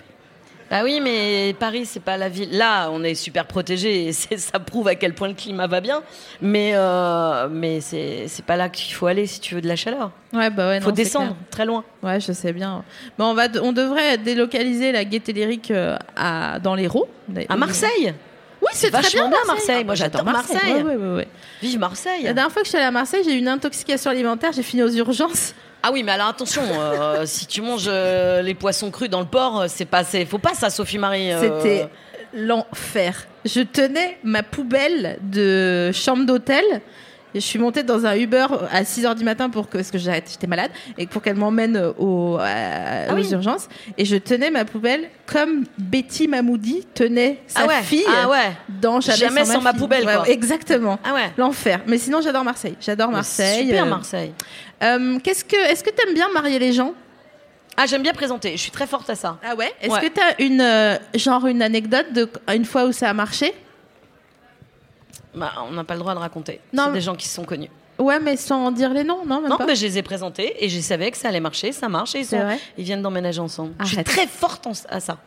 [SPEAKER 4] Bah oui, mais Paris, c'est pas la ville. Là, on est super protégé et c'est- ça prouve à quel point le climat va bien. Mais, euh, mais c'est c'est pas là qu'il faut aller si tu veux de la chaleur.
[SPEAKER 3] Ouais, bah ouais,
[SPEAKER 4] Faut
[SPEAKER 3] non, c'est
[SPEAKER 4] descendre très loin.
[SPEAKER 3] clair. Ouais, je sais bien. Mais on, va, on devrait délocaliser la gaieté lyrique euh, à, dans l'Hérault.
[SPEAKER 4] À Marseille
[SPEAKER 3] Oui, c'est très bien
[SPEAKER 4] Vachement bien,
[SPEAKER 3] Marseille.
[SPEAKER 4] Marseille. Moi, j'adore Marseille.
[SPEAKER 3] Ouais, ouais, ouais, ouais.
[SPEAKER 4] Vive Marseille
[SPEAKER 3] La dernière fois que je suis allée à Marseille, j'ai eu une intoxication alimentaire, j'ai fini aux urgences.
[SPEAKER 4] Ah oui, mais alors attention, euh, si tu manges euh, les poissons crus dans le port, euh, c'est pas, c'est- faut pas ça, Sophie Marie. euh.
[SPEAKER 3] C'était l'enfer. Je tenais ma poubelle de chambre d'hôtel. Et Je suis montée dans un Uber à 6h du matin pour que, parce que j'arrête, j'étais malade, et pour qu'elle m'emmène au- à-
[SPEAKER 4] Ah
[SPEAKER 3] aux
[SPEAKER 4] oui.
[SPEAKER 3] urgences. Et je tenais ma poubelle comme Betty Mamoudi tenait sa
[SPEAKER 4] Ah ouais,
[SPEAKER 3] fille
[SPEAKER 4] ah ouais.
[SPEAKER 3] dans Jamais,
[SPEAKER 4] Jamais sans ma
[SPEAKER 3] fille.
[SPEAKER 4] poubelle,
[SPEAKER 3] Ouais,
[SPEAKER 4] quoi.
[SPEAKER 3] ouais, Exactement.
[SPEAKER 4] Ah ouais.
[SPEAKER 3] L'enfer. Mais sinon, j'adore Marseille. J'adore Marseille.
[SPEAKER 4] Super
[SPEAKER 3] Euh,
[SPEAKER 4] Marseille.
[SPEAKER 3] Euh, qu'est-ce que, est-ce que t'aimes bien marier les gens
[SPEAKER 4] Ah, j'aime bien présenter. Je suis très forte à ça.
[SPEAKER 3] Ah ouais. Est-ce
[SPEAKER 4] Ouais.
[SPEAKER 3] que t'as une euh, genre une anecdote de une fois où ça a marché
[SPEAKER 4] Bah, on n'a pas le droit de raconter.
[SPEAKER 3] Non,
[SPEAKER 4] C'est
[SPEAKER 3] mais-
[SPEAKER 4] des gens qui se sont connus.
[SPEAKER 3] Ouais, mais sans en dire les noms, non même
[SPEAKER 4] Non,
[SPEAKER 3] pas.
[SPEAKER 4] mais je les ai présentés et je savais que ça allait marcher, ça marche et ils,
[SPEAKER 3] C'est
[SPEAKER 4] sont-
[SPEAKER 3] vrai
[SPEAKER 4] ils viennent d'emménager ensemble. Je suis
[SPEAKER 3] Arrête.
[SPEAKER 4] très forte en- à ça.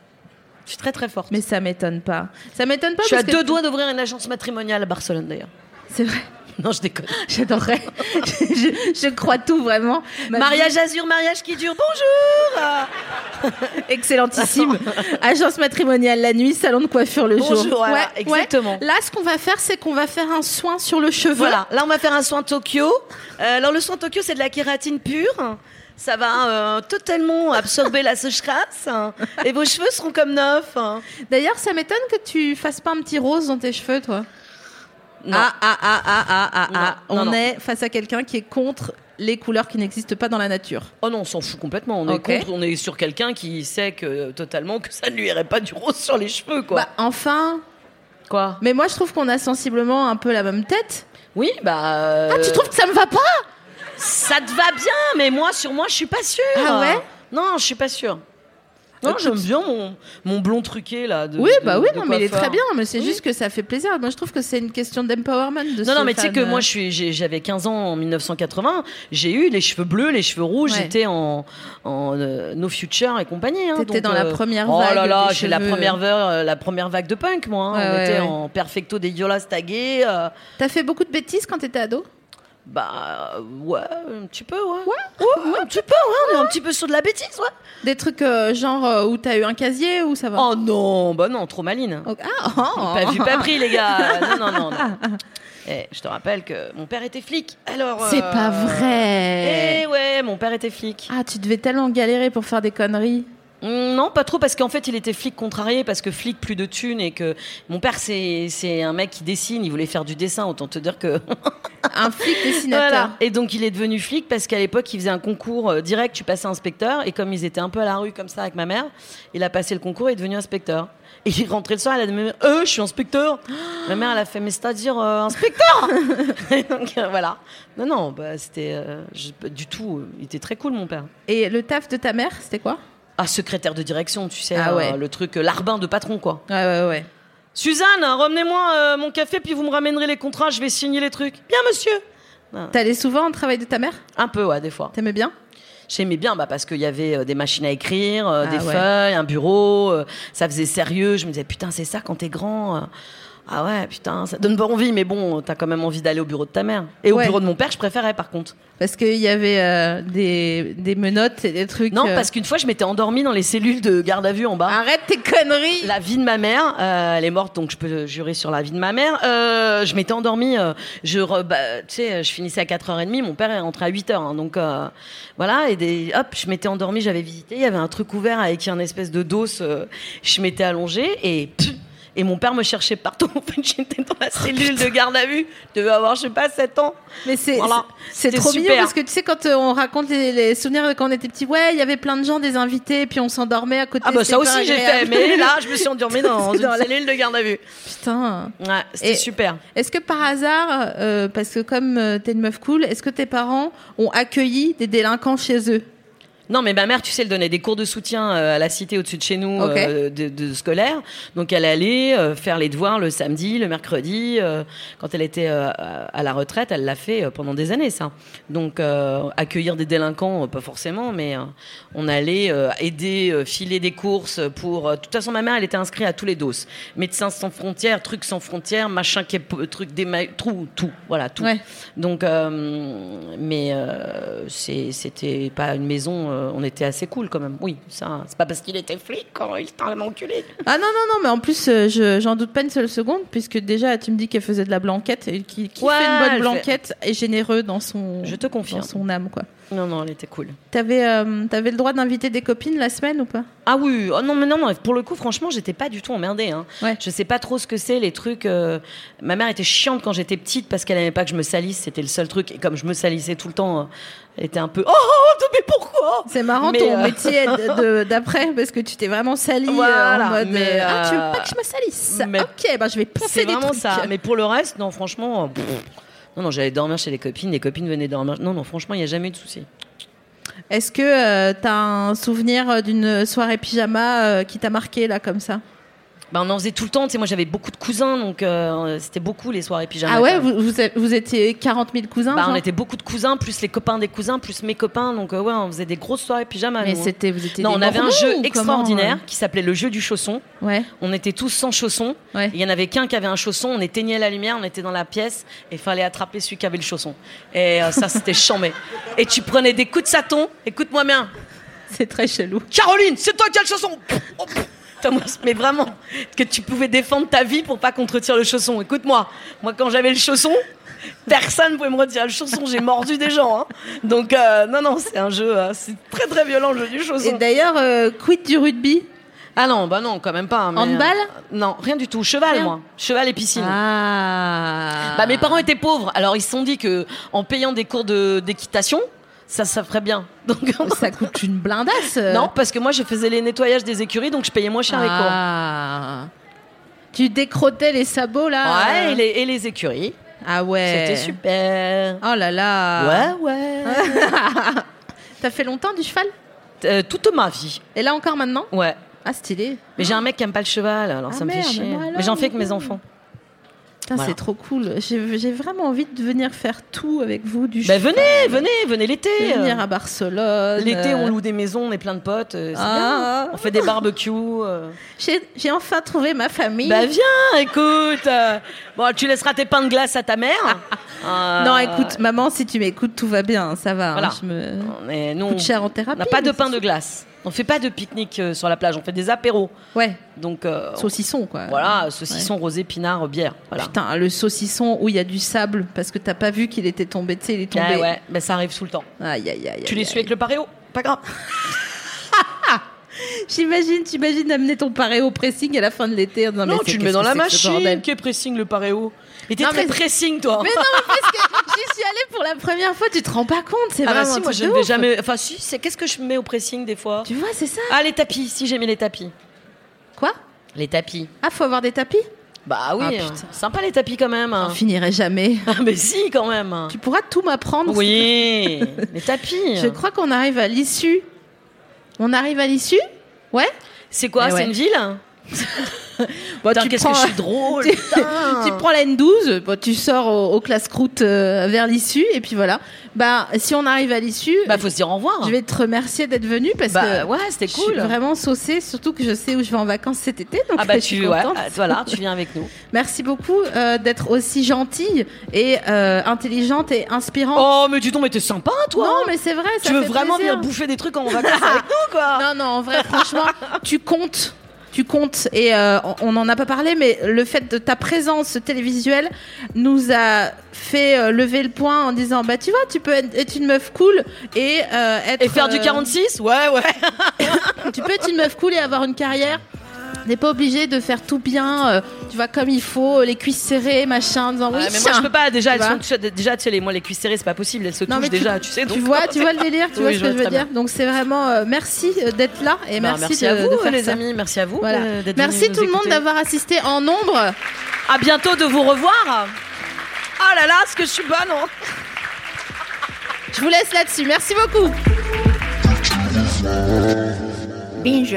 [SPEAKER 4] Je suis très très forte.
[SPEAKER 3] Mais ça m'étonne pas. Ça m'étonne pas
[SPEAKER 4] je suis à
[SPEAKER 3] parce que
[SPEAKER 4] deux doigts d'ouvrir une agence matrimoniale à Barcelone d'ailleurs.
[SPEAKER 3] C'est vrai.
[SPEAKER 4] Non, je déconne.
[SPEAKER 3] Ah, J'adorerais. je, je- je crois tout vraiment. Ma vie-
[SPEAKER 4] Mariage azur, mariage qui dure. Bonjour. euh,
[SPEAKER 3] excellentissime. Agence matrimoniale la nuit, salon de coiffure le
[SPEAKER 4] Bonjour,
[SPEAKER 3] jour.
[SPEAKER 4] voilà, exactement.
[SPEAKER 3] Là, ce qu'on va faire, c'est qu'on va faire un soin sur le cheveu.
[SPEAKER 4] Voilà, là on va faire un soin Tokyo. Euh, alors le soin Tokyo c'est de la kératine pure. Ça va euh, totalement absorber la sécheresse hein, et vos cheveux seront comme neufs.
[SPEAKER 3] Ah,
[SPEAKER 4] hein.
[SPEAKER 3] D'ailleurs, ça m'étonne que tu fasses pas un petit rose dans tes cheveux, toi.
[SPEAKER 4] Non.
[SPEAKER 3] Ah, ah, ah, ah, ah, ah, ah.
[SPEAKER 4] Non, non,
[SPEAKER 3] On
[SPEAKER 4] non.
[SPEAKER 3] est face à quelqu'un qui est contre les couleurs qui n'existent pas dans la nature.
[SPEAKER 4] Oh non, on s'en fout complètement. On est
[SPEAKER 3] Ok.
[SPEAKER 4] contre, on est sur quelqu'un qui sait que euh, totalement que ça ne lui irait pas du rose sur les cheveux quoi.
[SPEAKER 3] Bah, enfin.
[SPEAKER 4] quoi
[SPEAKER 3] Mais moi, je trouve qu'on a sensiblement un peu la même tête.
[SPEAKER 4] Oui, bah. euh,
[SPEAKER 3] Ah, tu trouves que ça me va pas
[SPEAKER 4] Ça te va bien, mais moi sur moi je suis pas sûre.
[SPEAKER 3] Ah ouais Bah,
[SPEAKER 4] Non, je suis pas sûre. Non, j'aime bien mon, mon blond truqué là. de-
[SPEAKER 3] Oui,
[SPEAKER 4] de-
[SPEAKER 3] bah oui,
[SPEAKER 4] de
[SPEAKER 3] non, mais il est
[SPEAKER 4] coiffeur.
[SPEAKER 3] très bien. Mais c'est
[SPEAKER 4] Oui.
[SPEAKER 3] juste que ça fait plaisir. Moi, je trouve que c'est une question d'empowerment de
[SPEAKER 4] Non,
[SPEAKER 3] ce
[SPEAKER 4] non, mais tu sais
[SPEAKER 3] fan,
[SPEAKER 4] que
[SPEAKER 3] euh,
[SPEAKER 4] moi, je suis- j'ai- j'avais 15 ans en 1980. J'ai eu les cheveux bleus, les cheveux rouges.
[SPEAKER 3] Ouais.
[SPEAKER 4] J'étais en, en euh, No Future et compagnie. Hein,
[SPEAKER 3] T'étais
[SPEAKER 4] donc,
[SPEAKER 3] dans la première
[SPEAKER 4] Oh là
[SPEAKER 3] vague
[SPEAKER 4] là,
[SPEAKER 3] des
[SPEAKER 4] j'ai la
[SPEAKER 3] cheveux.
[SPEAKER 4] première vague, euh, la première vague de punk, moi. hein.
[SPEAKER 3] Ouais,
[SPEAKER 4] On
[SPEAKER 3] ouais,
[SPEAKER 4] était
[SPEAKER 3] ouais.
[SPEAKER 4] en perfecto des Yolas tagués. euh,
[SPEAKER 3] T'as fait beaucoup de bêtises quand t'étais ado
[SPEAKER 4] bah euh, ouais, un petit peu, ouais. Ouais, ouais, un petit peu, ouais. On est un petit peu sur de la bêtise, ouais.
[SPEAKER 3] Des trucs euh, genre euh, où t'as eu un casier ou ça va
[SPEAKER 4] Oh non, bah non, trop maline.
[SPEAKER 3] Ok. Ah, oh, oh.
[SPEAKER 4] Pas vu, pas pris, les gars. Euh, Non, non, non. non. Eh, je te rappelle que mon père était flic. Alors.
[SPEAKER 3] C'est
[SPEAKER 4] euh,
[SPEAKER 3] pas vrai
[SPEAKER 4] Eh ouais, mon père était flic.
[SPEAKER 3] Ah, tu devais tellement galérer pour faire des conneries.
[SPEAKER 4] Mm, Non, pas trop, parce qu'en fait, il était flic contrarié, parce que flic, plus de thunes, et que mon père, c'est c'est un mec qui dessine, il voulait faire du dessin, autant te dire que.
[SPEAKER 3] Un flic dessinateur.
[SPEAKER 4] Voilà. Et donc, il est devenu flic parce qu'à l'époque, il faisait un concours euh, direct, tu passais inspecteur, et comme ils étaient un peu à la rue comme ça avec ma mère, il a passé le concours et est devenu inspecteur. Et il est rentré le soir, elle a demandé Euh, je suis inspecteur Ma mère, elle a fait Mais c'est-à-dire euh, inspecteur Et Donc, euh, voilà. Non, non, bah, c'était. euh, je- pas du tout, euh, il était très cool, mon père.
[SPEAKER 3] Et le taf de ta mère, c'était quoi
[SPEAKER 4] Ah, secrétaire de direction, tu sais,
[SPEAKER 3] Ah
[SPEAKER 4] euh,
[SPEAKER 3] ouais.
[SPEAKER 4] le truc, euh, l'arbin de patron, quoi.
[SPEAKER 3] Ouais, ouais, ouais.
[SPEAKER 4] Suzanne, ramenez-moi euh, mon café, puis vous me ramènerez les contrats, je vais signer les trucs. Bien, monsieur
[SPEAKER 3] T'allais souvent au travail de ta mère
[SPEAKER 4] Un peu, ouais, des fois.
[SPEAKER 3] T'aimais bien
[SPEAKER 4] J'aimais bien bah, parce qu'il y avait euh, des machines à écrire, euh,
[SPEAKER 3] Ah
[SPEAKER 4] des
[SPEAKER 3] ouais.
[SPEAKER 4] feuilles, un bureau. euh, ça faisait sérieux. Je me disais, putain, c'est ça quand t'es grand. euh. ah ouais, putain, ça donne pas envie, mais bon, euh, t'as quand même envie d'aller au bureau de ta mère. Et
[SPEAKER 3] Ouais.
[SPEAKER 4] au bureau de mon père, je préférais par contre.
[SPEAKER 3] Parce qu'il y avait euh, des, des menottes et des trucs.
[SPEAKER 4] Non,
[SPEAKER 3] euh,
[SPEAKER 4] parce qu'une fois, je m'étais endormie dans les cellules de garde à vue en bas.
[SPEAKER 3] Arrête tes conneries
[SPEAKER 4] La vie de ma mère, euh, elle est morte, donc je peux jurer sur la vie de ma mère. Euh, je m'étais endormie, euh, je, re- bah, tu sais, je finissais à 4h30, mon père est rentré à 8h, hein, donc euh, voilà, et des, hop, je m'étais endormie, j'avais visité, il y avait un truc ouvert avec un espèce de dos, euh, je m'étais allongée et... pff, et mon père me cherchait partout. En fait, j'étais dans la cellule de garde à vue. Je devais avoir, je sais pas, 7 ans.
[SPEAKER 3] Mais c'est
[SPEAKER 4] Voilà.
[SPEAKER 3] c'est
[SPEAKER 4] C'était
[SPEAKER 3] trop
[SPEAKER 4] super.
[SPEAKER 3] mignon parce que tu sais quand euh, on raconte les, les souvenirs de quand on était petit, ouais, il y avait plein de gens, des invités, puis on s'endormait à côté.
[SPEAKER 4] Ah, bah,
[SPEAKER 3] c'est
[SPEAKER 4] ça aussi,
[SPEAKER 3] pas
[SPEAKER 4] j'ai fait.
[SPEAKER 3] agréable.
[SPEAKER 4] Mais là, je me suis endormie dans,
[SPEAKER 3] C'est
[SPEAKER 4] une
[SPEAKER 3] dans la-
[SPEAKER 4] cellule de garde à vue.
[SPEAKER 3] putain.
[SPEAKER 4] Ouais, c'était
[SPEAKER 3] Et-
[SPEAKER 4] super.
[SPEAKER 3] Est-ce que par hasard, euh, parce que comme euh, t'es une meuf cool, est-ce que tes parents ont accueilli des délinquants chez eux
[SPEAKER 4] Non, mais ma mère, tu sais, elle donnait des cours de soutien euh, à la cité au-dessus de chez nous,
[SPEAKER 3] Ok.
[SPEAKER 4] euh, de, de scolaire. Donc, elle allait euh, faire les devoirs le samedi, le mercredi. euh, quand elle était euh, à à la retraite, elle l'a fait euh, pendant des années, ça. Donc, euh, accueillir des délinquants, euh, pas forcément, mais euh, on allait euh, aider, euh, filer des courses pour. euh, de toute façon, ma mère, elle était inscrite à tous les doses. Médecins sans frontières, trucs sans frontières, machin qui est p- truc des tout, tout, voilà, tout.
[SPEAKER 3] Ouais.
[SPEAKER 4] Donc, euh, mais euh, c'est- c'était pas une maison, euh, on était assez cool quand même. Oui, ça, c'est pas parce qu'il était flic quand il t'a enculé.
[SPEAKER 3] Ah non non non, mais en plus euh, je- j'en doute pas une seule seconde puisque déjà tu me dis qu'elle faisait de la blanquette et qui, qui
[SPEAKER 4] Ouais,
[SPEAKER 3] fait une bonne
[SPEAKER 4] elle
[SPEAKER 3] blanquette est généreux dans son
[SPEAKER 4] Je te confirme.
[SPEAKER 3] dans son âme quoi.
[SPEAKER 4] Non, non, elle était cool.
[SPEAKER 3] T'avais euh, t'avais le droit d'inviter des copines la semaine ou pas
[SPEAKER 4] Ah oui, oh non, mais non, non, pour le coup, franchement, j'étais pas du tout emmerdée. Hein.
[SPEAKER 3] Ouais.
[SPEAKER 4] Je sais pas trop ce que c'est, les trucs. euh, Ma mère était chiante quand j'étais petite parce qu'elle aimait pas que je me salisse, c'était le seul truc. Et comme je me salissais tout le temps, euh, elle était un peu Oh, oh, mais pourquoi
[SPEAKER 3] C'est marrant
[SPEAKER 4] Mais,
[SPEAKER 3] ton
[SPEAKER 4] euh,
[SPEAKER 3] métier de- de- d'après parce que tu t'es vraiment sali euh,
[SPEAKER 4] Voilà,
[SPEAKER 3] en mode
[SPEAKER 4] mais,
[SPEAKER 3] euh, ah, tu veux
[SPEAKER 4] euh,
[SPEAKER 3] pas que je me salisse
[SPEAKER 4] mais
[SPEAKER 3] OK bah je vais poncer
[SPEAKER 4] C'est
[SPEAKER 3] des
[SPEAKER 4] vraiment
[SPEAKER 3] trucs.
[SPEAKER 4] ça. Mais pour le reste, non, franchement. euh, pff. non, non, j'allais dormir chez les copines, les copines venaient dormir. Non, non, franchement, il n'y a jamais eu de souci.
[SPEAKER 3] Est-ce que euh, t'as un souvenir euh, d'une soirée pyjama euh, qui t'a marqué là comme ça
[SPEAKER 4] Bah, on en faisait tout le temps. Tu sais, moi, j'avais beaucoup de cousins, donc euh, c'était beaucoup les soirées pyjama.
[SPEAKER 3] Ah ouais,
[SPEAKER 4] quand même.
[SPEAKER 3] vous, vous, êtes- vous étiez 40 000 cousins
[SPEAKER 4] Bah, on
[SPEAKER 3] genre
[SPEAKER 4] était beaucoup de cousins, plus les copains des cousins, plus mes copains. Donc, euh, ouais, on faisait des grosses soirées pyjama.
[SPEAKER 3] Mais
[SPEAKER 4] nous, hein.
[SPEAKER 3] c'était vous étiez
[SPEAKER 4] Non,
[SPEAKER 3] des
[SPEAKER 4] on avait un
[SPEAKER 3] mormons ou
[SPEAKER 4] jeu
[SPEAKER 3] comment,
[SPEAKER 4] extraordinaire qui s'appelait le jeu du chausson.
[SPEAKER 3] euh, Ouais.
[SPEAKER 4] On était tous sans chaussons.
[SPEAKER 3] Ouais.
[SPEAKER 4] Il y en avait qu'un qui avait un chausson. On éteignait la lumière, on était dans la pièce et fallait attraper celui qui avait le chausson. Et euh, ça, c'était chambé. Et tu prenais des coups de saton. Écoute-moi bien.
[SPEAKER 3] C'est très chelou.
[SPEAKER 4] Caroline, c'est toi qui as le chausson Oh, pff. Putain, moi, Mais vraiment, que tu pouvais défendre ta vie pour pas qu'on te retire le chausson. Écoute-moi, moi quand j'avais le chausson, personne ne pouvait me retirer le chausson, j'ai mordu des gens. hein. Donc euh, non, non, c'est un jeu, euh, c'est très très violent le jeu du
[SPEAKER 3] Et
[SPEAKER 4] chausson.
[SPEAKER 3] d'ailleurs euh, quid du rugby
[SPEAKER 4] Ah non, bah non, quand même pas. mais,
[SPEAKER 3] Handball
[SPEAKER 4] euh, Non, rien du tout. Cheval,
[SPEAKER 3] Rien.
[SPEAKER 4] moi. Cheval et piscine.
[SPEAKER 3] Ah.
[SPEAKER 4] Bah, mes parents étaient pauvres, alors ils se sont dit que en payant des cours de- d'équitation, ça, ça ferait bien.
[SPEAKER 3] Euh.
[SPEAKER 4] Donc
[SPEAKER 3] ça coûte une blindasse. euh.
[SPEAKER 4] non, parce que moi je faisais les nettoyages des écuries, donc je payais moins cher les cours.
[SPEAKER 3] Ah. Tu décrottais les sabots là
[SPEAKER 4] Ouais, et les, et les écuries.
[SPEAKER 3] Ah ouais.
[SPEAKER 4] C'était super.
[SPEAKER 3] Oh là là.
[SPEAKER 4] Ouais, ouais.
[SPEAKER 3] T'as fait longtemps du cheval
[SPEAKER 4] Euh, toute ma vie.
[SPEAKER 3] Et là encore maintenant
[SPEAKER 4] Ouais.
[SPEAKER 3] Ah stylé.
[SPEAKER 4] Mais j'ai un mec qui aime pas le cheval, alors
[SPEAKER 3] Ah
[SPEAKER 4] ça me
[SPEAKER 3] merde,
[SPEAKER 4] fait chier.
[SPEAKER 3] mais moi alors,
[SPEAKER 4] mais j'en fais avec
[SPEAKER 3] mais
[SPEAKER 4] mes
[SPEAKER 3] non.
[SPEAKER 4] enfants.
[SPEAKER 3] Putain,
[SPEAKER 4] Voilà.
[SPEAKER 3] c'est trop cool. J'ai j'ai vraiment envie de venir faire tout avec vous du
[SPEAKER 4] Bah,
[SPEAKER 3] cheval.
[SPEAKER 4] venez, venez, venez l'été.
[SPEAKER 3] venir
[SPEAKER 4] Euh,
[SPEAKER 3] à Barcelone.
[SPEAKER 4] L'été, on
[SPEAKER 3] euh,
[SPEAKER 4] loue des maisons, on est plein de potes. euh, c'est
[SPEAKER 3] Ah.
[SPEAKER 4] bien. On fait des barbecues. euh.
[SPEAKER 3] J'ai j'ai enfin trouvé ma famille.
[SPEAKER 4] Bah viens, écoute. euh, Bon, tu laisseras tes pains de glace à ta mère. Euh,
[SPEAKER 3] Ah. non, écoute, maman, si tu m'écoutes, tout va bien, ça va. hein,
[SPEAKER 4] Voilà.
[SPEAKER 3] je me-
[SPEAKER 4] Mais nous,
[SPEAKER 3] Coûte cher en
[SPEAKER 4] on
[SPEAKER 3] thérapie.
[SPEAKER 4] n'a pas de
[SPEAKER 3] mais
[SPEAKER 4] pain
[SPEAKER 3] c'est
[SPEAKER 4] de glace. On fait pas de pique-nique euh, sur la plage. On fait des apéros.
[SPEAKER 3] sûr. Ouais,
[SPEAKER 4] Donc euh,
[SPEAKER 3] saucisson quoi.
[SPEAKER 4] voilà, saucisson, rosé, pinard, bière. Voilà.
[SPEAKER 3] Putain, le saucisson où il y a du sable parce que t'as pas vu qu'il était tombé, tu sais, il est tombé.
[SPEAKER 4] Ah ouais, mais ça arrive tout le temps.
[SPEAKER 3] Aïe, aïe, aïe,
[SPEAKER 4] Tu
[SPEAKER 3] aïe,
[SPEAKER 4] les suis avec le paréo, pas grave.
[SPEAKER 3] aïe. J'imagine, t'imagines amener ton pareil au pressing à la fin de l'été. en disant,
[SPEAKER 4] Non,
[SPEAKER 3] mais c'est-
[SPEAKER 4] tu le mets
[SPEAKER 3] qu'est-ce
[SPEAKER 4] dans
[SPEAKER 3] que
[SPEAKER 4] la
[SPEAKER 3] c'est que ce bordel
[SPEAKER 4] machine. Qu'est pressing le paréo Mais t'es
[SPEAKER 3] Non,
[SPEAKER 4] très
[SPEAKER 3] mais-
[SPEAKER 4] pressing, toi.
[SPEAKER 3] Mais non, mais parce que j'y suis allée pour la première fois, tu te rends pas compte, c'est
[SPEAKER 4] ah bah
[SPEAKER 3] vraiment
[SPEAKER 4] si,
[SPEAKER 3] un
[SPEAKER 4] moi
[SPEAKER 3] truc
[SPEAKER 4] je
[SPEAKER 3] de
[SPEAKER 4] ne vais
[SPEAKER 3] ouf.
[SPEAKER 4] jamais. Enfin, si, c'est qu'est-ce que je mets au pressing des fois
[SPEAKER 3] Tu vois, c'est ça.
[SPEAKER 4] Ah, les tapis, si j'ai mis les tapis.
[SPEAKER 3] Quoi
[SPEAKER 4] Les tapis.
[SPEAKER 3] Ah, faut avoir des tapis
[SPEAKER 4] Bah oui,
[SPEAKER 3] Ah,
[SPEAKER 4] hein.
[SPEAKER 3] putain.
[SPEAKER 4] sympa les tapis quand même. hein.
[SPEAKER 3] On finirait jamais.
[SPEAKER 4] Ah, mais si, quand même.
[SPEAKER 3] Tu pourras tout m'apprendre.
[SPEAKER 4] Oui, les tapis.
[SPEAKER 3] Je crois qu'on arrive à l'issue. On arrive à l'issue Ouais
[SPEAKER 4] C'est quoi
[SPEAKER 3] Eh
[SPEAKER 4] C'est
[SPEAKER 3] ouais.
[SPEAKER 4] une ville
[SPEAKER 3] Bah,
[SPEAKER 4] Putain,
[SPEAKER 3] tu
[SPEAKER 4] qu'est-ce
[SPEAKER 3] prends-
[SPEAKER 4] que je suis drôle.
[SPEAKER 3] tu,
[SPEAKER 4] putain.
[SPEAKER 3] tu prends la N12, bah, tu sors au, au classe croûte euh, vers l'issue, et puis voilà. Bah, si on arrive à l'issue,
[SPEAKER 4] Bah, faut se dire au revoir.
[SPEAKER 3] je vais te remercier d'être venu parce
[SPEAKER 4] Bah,
[SPEAKER 3] que
[SPEAKER 4] ouais, c'était
[SPEAKER 3] je suis
[SPEAKER 4] cool.
[SPEAKER 3] vraiment saucée, surtout que je sais où je vais en vacances cet été. Donc
[SPEAKER 4] Ah bah
[SPEAKER 3] je suis
[SPEAKER 4] tu ouais,
[SPEAKER 3] contente.
[SPEAKER 4] ah, voilà, tu viens avec nous.
[SPEAKER 3] Merci beaucoup euh, d'être aussi gentille et euh, intelligente et inspirante.
[SPEAKER 4] Oh mais dis donc mais t'es sympa toi.
[SPEAKER 3] non, mais c'est vrai, ça
[SPEAKER 4] tu veux
[SPEAKER 3] fait
[SPEAKER 4] vraiment
[SPEAKER 3] plaisir.
[SPEAKER 4] venir bouffer des trucs en vacances avec nous quoi.
[SPEAKER 3] Non, non, en vrai, franchement, tu comptes. Tu comptes et euh, on n'en a pas parlé, mais le fait de ta présence télévisuelle nous a fait euh, lever le point en disant bah tu vois tu peux être, être une meuf cool et euh, être
[SPEAKER 4] Et faire du
[SPEAKER 3] euh,
[SPEAKER 4] 46 Ouais ouais.
[SPEAKER 3] tu peux être une meuf cool et avoir une carrière. N'est pas obligé de faire tout bien, euh, tu vois comme il faut, les cuisses serrées, machin, en disant
[SPEAKER 4] Ouais,
[SPEAKER 3] oui.
[SPEAKER 4] Ah, mais moi je peux pas déjà
[SPEAKER 3] Tu
[SPEAKER 4] elles
[SPEAKER 3] vois
[SPEAKER 4] sont tu- déjà tu sais les moi les cuisses serrées c'est pas possible elles se
[SPEAKER 3] Non,
[SPEAKER 4] touchent
[SPEAKER 3] mais tu-
[SPEAKER 4] déjà tu, sais donc. euh,
[SPEAKER 3] tu vois, tu vois le délire, tu
[SPEAKER 4] Oui,
[SPEAKER 3] vois
[SPEAKER 4] je
[SPEAKER 3] ce que
[SPEAKER 4] vois
[SPEAKER 3] je veux
[SPEAKER 4] très
[SPEAKER 3] dire. Donc c'est vraiment euh, merci euh, d'être là et
[SPEAKER 4] Bah,
[SPEAKER 3] merci, de,
[SPEAKER 4] à vous
[SPEAKER 3] de faire
[SPEAKER 4] les
[SPEAKER 3] ça.
[SPEAKER 4] amis, merci à vous.
[SPEAKER 3] Voilà.
[SPEAKER 4] euh, d'être
[SPEAKER 3] Merci
[SPEAKER 4] venus
[SPEAKER 3] tout
[SPEAKER 4] nous
[SPEAKER 3] le monde
[SPEAKER 4] écouter.
[SPEAKER 3] d'avoir assisté en nombre.
[SPEAKER 4] À bientôt de vous revoir. Ah là là, ce que je suis bonne. hein.
[SPEAKER 3] Je vous laisse là-dessus. Merci beaucoup.
[SPEAKER 2] Binge.